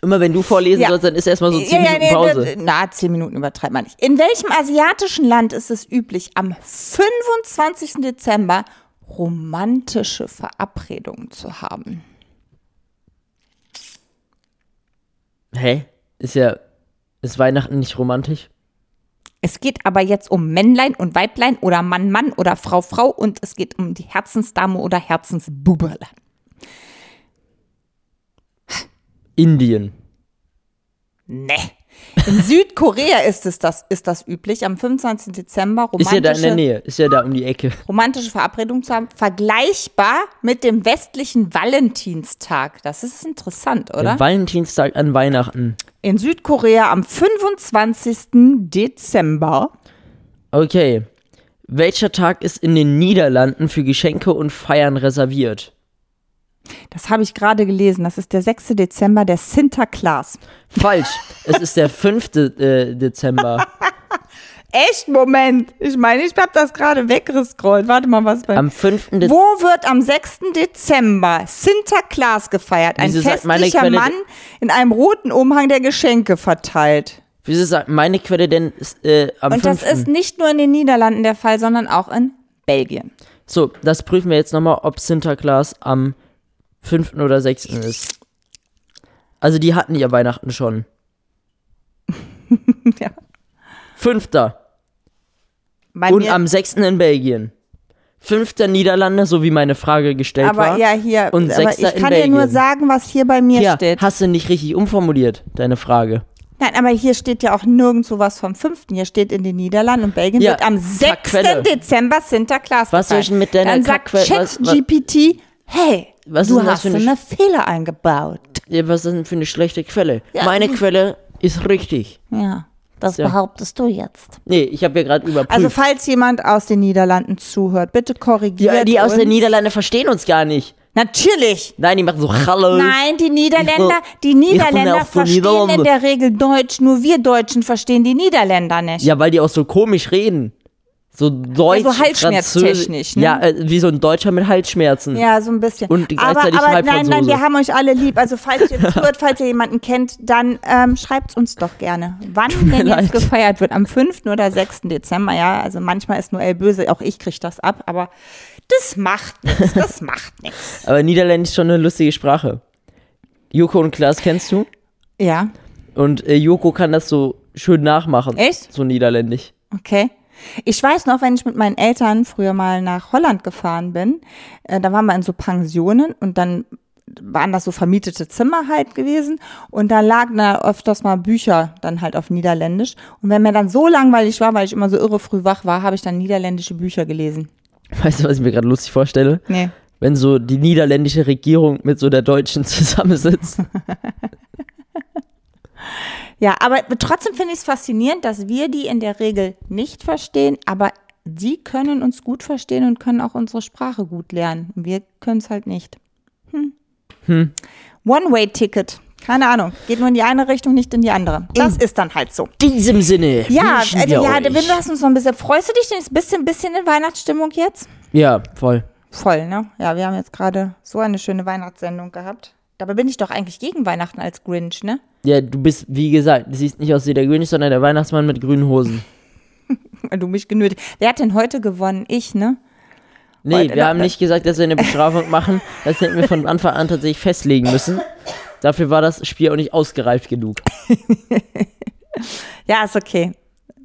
Speaker 1: Immer wenn du vorlesen
Speaker 2: Ja.
Speaker 1: sollst, dann ist erstmal so 10 Minuten Pause.
Speaker 2: nee, na, zehn Minuten übertreibt man nicht. In welchem asiatischen Land ist es üblich, am 25. Dezember romantische Verabredungen zu haben?
Speaker 1: Hä? Ist ja. Ist Weihnachten nicht romantisch?
Speaker 2: Es geht aber jetzt um Männlein und Weiblein oder Mann, Mann oder Frau, Frau und es geht um die Herzensdame oder Herzensbuberle.
Speaker 1: Indien.
Speaker 2: Nee. In Südkorea ist es das, ist das üblich, am 25. Dezember
Speaker 1: Ist ja da in der
Speaker 2: romantische,
Speaker 1: Nähe. Ist ja da um die Ecke.
Speaker 2: romantische Verabredungen zu haben, vergleichbar mit dem westlichen Valentinstag. Das ist interessant, oder?
Speaker 1: Der Valentinstag an Weihnachten.
Speaker 2: In Südkorea am 25. Dezember.
Speaker 1: Okay. Welcher Tag ist in den Niederlanden für Geschenke und Feiern reserviert?
Speaker 2: Das habe ich gerade gelesen. Das ist der 6. Dezember, der Sinterklaas.
Speaker 1: Falsch. es ist der 5. Äh, Dezember.
Speaker 2: Echt, Moment. Ich meine, ich habe das gerade weggescrollt. Warte mal, was bei
Speaker 1: Am 5. Dezember.
Speaker 2: Wo wird am 6. Dezember Sinterklaas gefeiert? Ein
Speaker 1: Wieso sagt meine
Speaker 2: festlicher
Speaker 1: Quelle-
Speaker 2: Mann in einem roten Umhang, der Geschenke verteilt.
Speaker 1: Wieso sagt meine Quelle denn ist, äh, am
Speaker 2: Und das
Speaker 1: 5.?
Speaker 2: ist nicht nur in den Niederlanden der Fall, sondern auch in Belgien.
Speaker 1: so, das prüfen wir jetzt nochmal, ob Sinterklaas am 5. oder 6. ist. Also die hatten ja Weihnachten schon.
Speaker 2: ja.
Speaker 1: Fünfter.
Speaker 2: Bei
Speaker 1: Und
Speaker 2: mir-
Speaker 1: am 6. in Belgien. Fünfter Niederlande, so wie meine Frage gestellt
Speaker 2: aber
Speaker 1: war.
Speaker 2: ja, hier.
Speaker 1: Und
Speaker 2: aber
Speaker 1: Sechster
Speaker 2: ich
Speaker 1: in
Speaker 2: kann dir nur
Speaker 1: Belgien.
Speaker 2: sagen, was hier bei mir
Speaker 1: Hier,
Speaker 2: steht.
Speaker 1: hast du nicht richtig umformuliert, deine Frage.
Speaker 2: Nein, aber hier steht ja auch nirgendwo was vom 5. Hier steht in den Niederlanden und Belgien
Speaker 1: Ja,
Speaker 2: wird am 6.
Speaker 1: Kackquelle.
Speaker 2: Dezember Sinterklaas
Speaker 1: Was soll ich denn
Speaker 2: gefeiert.
Speaker 1: mit deiner
Speaker 2: Dann sagt
Speaker 1: Kackquelle- was- was-
Speaker 2: ChatGPT, hey,
Speaker 1: Was ist
Speaker 2: du
Speaker 1: denn das
Speaker 2: hast
Speaker 1: für eine
Speaker 2: eine Fehler eingebaut.
Speaker 1: Ja, was ist denn für eine schlechte Quelle?
Speaker 2: Ja.
Speaker 1: Meine Quelle ist richtig.
Speaker 2: Ja, das
Speaker 1: Ja.
Speaker 2: behauptest du jetzt.
Speaker 1: Nee, ich habe ja gerade überprüft.
Speaker 2: Also falls jemand aus den Niederlanden zuhört, bitte korrigiert
Speaker 1: die, die aus
Speaker 2: uns.
Speaker 1: den Niederlanden verstehen uns gar nicht.
Speaker 2: Natürlich.
Speaker 1: Nein, die machen so Hallo.
Speaker 2: Nein, die Niederländer, die
Speaker 1: bin
Speaker 2: Niederländer
Speaker 1: aus den
Speaker 2: verstehen in
Speaker 1: Niederlanden.
Speaker 2: der Regel Deutsch, nur wir Deutschen verstehen die Niederländer nicht.
Speaker 1: Ja, weil die auch so komisch reden. So deutsch,
Speaker 2: Also halsschmerztechnisch,
Speaker 1: Französisch.
Speaker 2: ne?
Speaker 1: Ja, äh, wie so ein Deutscher mit Halsschmerzen.
Speaker 2: Ja, so ein bisschen.
Speaker 1: Und
Speaker 2: aber
Speaker 1: gleichzeitig
Speaker 2: aber
Speaker 1: halb
Speaker 2: nein, nein,
Speaker 1: Franzose.
Speaker 2: wir haben euch alle lieb. Also falls ihr zuhört, falls ihr jemanden kennt, dann ähm, schreibt uns doch gerne. Wann denn
Speaker 1: leid.
Speaker 2: jetzt gefeiert wird? Am 5. oder 6. Dezember, ja. Also manchmal ist Noel böse, auch ich kriege das ab, aber das macht nichts, das macht nichts.
Speaker 1: Aber Niederländisch ist schon eine lustige Sprache. Joko und Klaas kennst du?
Speaker 2: Ja,
Speaker 1: Und äh, Joko kann das so schön nachmachen.
Speaker 2: Echt?
Speaker 1: So niederländisch.
Speaker 2: okay. Ich weiß noch, wenn ich mit meinen Eltern früher mal nach Holland gefahren bin, äh, da waren wir in so Pensionen und dann waren das so vermietete Zimmer halt gewesen und da lagen da öfters mal Bücher dann halt auf Niederländisch und wenn mir dann so langweilig war, weil ich immer so irre früh wach war, habe ich dann niederländische Bücher gelesen.
Speaker 1: Weißt du, was ich mir gerade lustig vorstelle?
Speaker 2: Nee.
Speaker 1: Wenn so die niederländische Regierung mit so der deutschen zusammensitzt.
Speaker 2: Ja, aber trotzdem finde ich es faszinierend, dass wir die in der Regel nicht verstehen, aber sie können uns gut verstehen und können auch unsere Sprache gut lernen. Wir können es halt nicht. Hm. One-Way-Ticket. Keine Ahnung. Geht nur in die eine Richtung, nicht in die andere. Das ist dann halt so.
Speaker 1: In diesem Sinne.
Speaker 2: Ja,
Speaker 1: wünschen
Speaker 2: also,
Speaker 1: wir
Speaker 2: ja,
Speaker 1: euch.
Speaker 2: wenn du hast uns noch ein bisschen. Freust du dich denn jetzt ein bisschen, bisschen in Weihnachtsstimmung jetzt?
Speaker 1: ja, voll.
Speaker 2: Voll, ne? Ja, wir haben jetzt gerade so eine schöne Weihnachtssendung gehabt. Dabei bin ich doch eigentlich gegen Weihnachten als Grinch, ne?
Speaker 1: Ja, du bist, wie gesagt, du siehst nicht aus wie der König, sondern der Weihnachtsmann mit grünen Hosen.
Speaker 2: Weil du mich genötigt. Wer hat denn heute gewonnen? Ich, ne?
Speaker 1: Nee,
Speaker 2: Heute-
Speaker 1: wir haben nicht gesagt, dass wir eine Bestrafung machen. Das hätten wir von Anfang an tatsächlich festlegen müssen. Dafür war das Spiel auch nicht ausgereift genug.
Speaker 2: Ja, ist okay.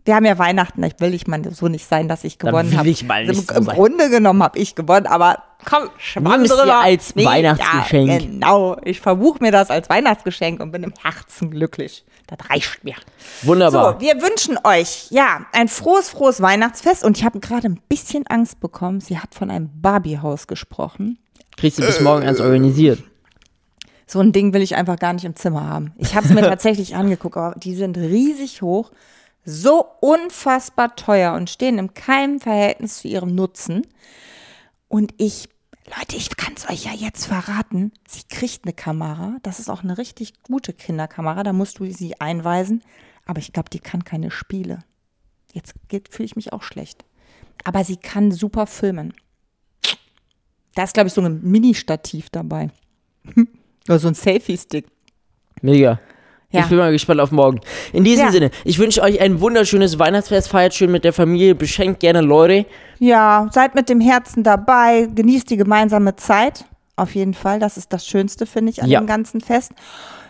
Speaker 2: Wir haben ja Weihnachten. Ich will nicht mal so nicht sein, dass ich
Speaker 1: Dann
Speaker 2: gewonnen
Speaker 1: will
Speaker 2: habe.
Speaker 1: ich mal nicht
Speaker 2: Im,
Speaker 1: so
Speaker 2: im
Speaker 1: sein.
Speaker 2: Grunde genommen habe ich gewonnen, aber komm, schwamm
Speaker 1: Nimm's dir
Speaker 2: drüber.
Speaker 1: als Weihnachtsgeschenk.
Speaker 2: Ja, genau. Ich verbuche mir das als Weihnachtsgeschenk und bin im Herzen glücklich. Das reicht mir.
Speaker 1: Wunderbar.
Speaker 2: So, wir wünschen euch, ja, ein frohes, frohes Weihnachtsfest. Und ich habe gerade ein bisschen Angst bekommen. Sie hat von einem Barbiehaus gesprochen.
Speaker 1: Kriegst du bis morgen eins organisiert.
Speaker 2: So ein Ding will ich einfach gar nicht im Zimmer haben. Ich habe es mir tatsächlich angeguckt, aber die sind riesig hoch, so unfassbar teuer und stehen in keinem Verhältnis zu ihrem Nutzen. Und ich, Leute, ich kann es euch ja jetzt verraten. Sie kriegt eine Kamera. Das ist auch eine richtig gute Kinderkamera. Da musst du sie einweisen. Aber ich glaube, die kann keine Spiele. Jetzt fühle ich mich auch schlecht. Aber sie kann super filmen. Da ist, glaube ich, so ein Mini-Stativ dabei. Oder so ein Selfie-Stick.
Speaker 1: Mega.
Speaker 2: Ja.
Speaker 1: Ich bin mal gespannt auf morgen. In diesem
Speaker 2: Ja.
Speaker 1: Sinne, ich wünsche euch ein wunderschönes Weihnachtsfest. Feiert schön mit der Familie. Beschenkt gerne Leute.
Speaker 2: Ja, seid mit dem Herzen dabei, genießt die gemeinsame Zeit. Auf jeden Fall, das ist das Schönste, finde ich, an
Speaker 1: Ja.
Speaker 2: dem ganzen Fest.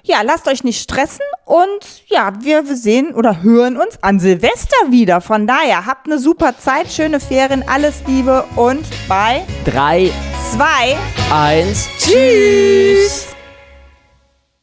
Speaker 2: Ja, lasst euch nicht stressen und ja, wir sehen oder hören uns an Silvester wieder. Von daher, habt eine super Zeit, schöne Ferien, alles Liebe und bei
Speaker 1: 3,
Speaker 2: 2
Speaker 1: 1.
Speaker 2: Tschüss!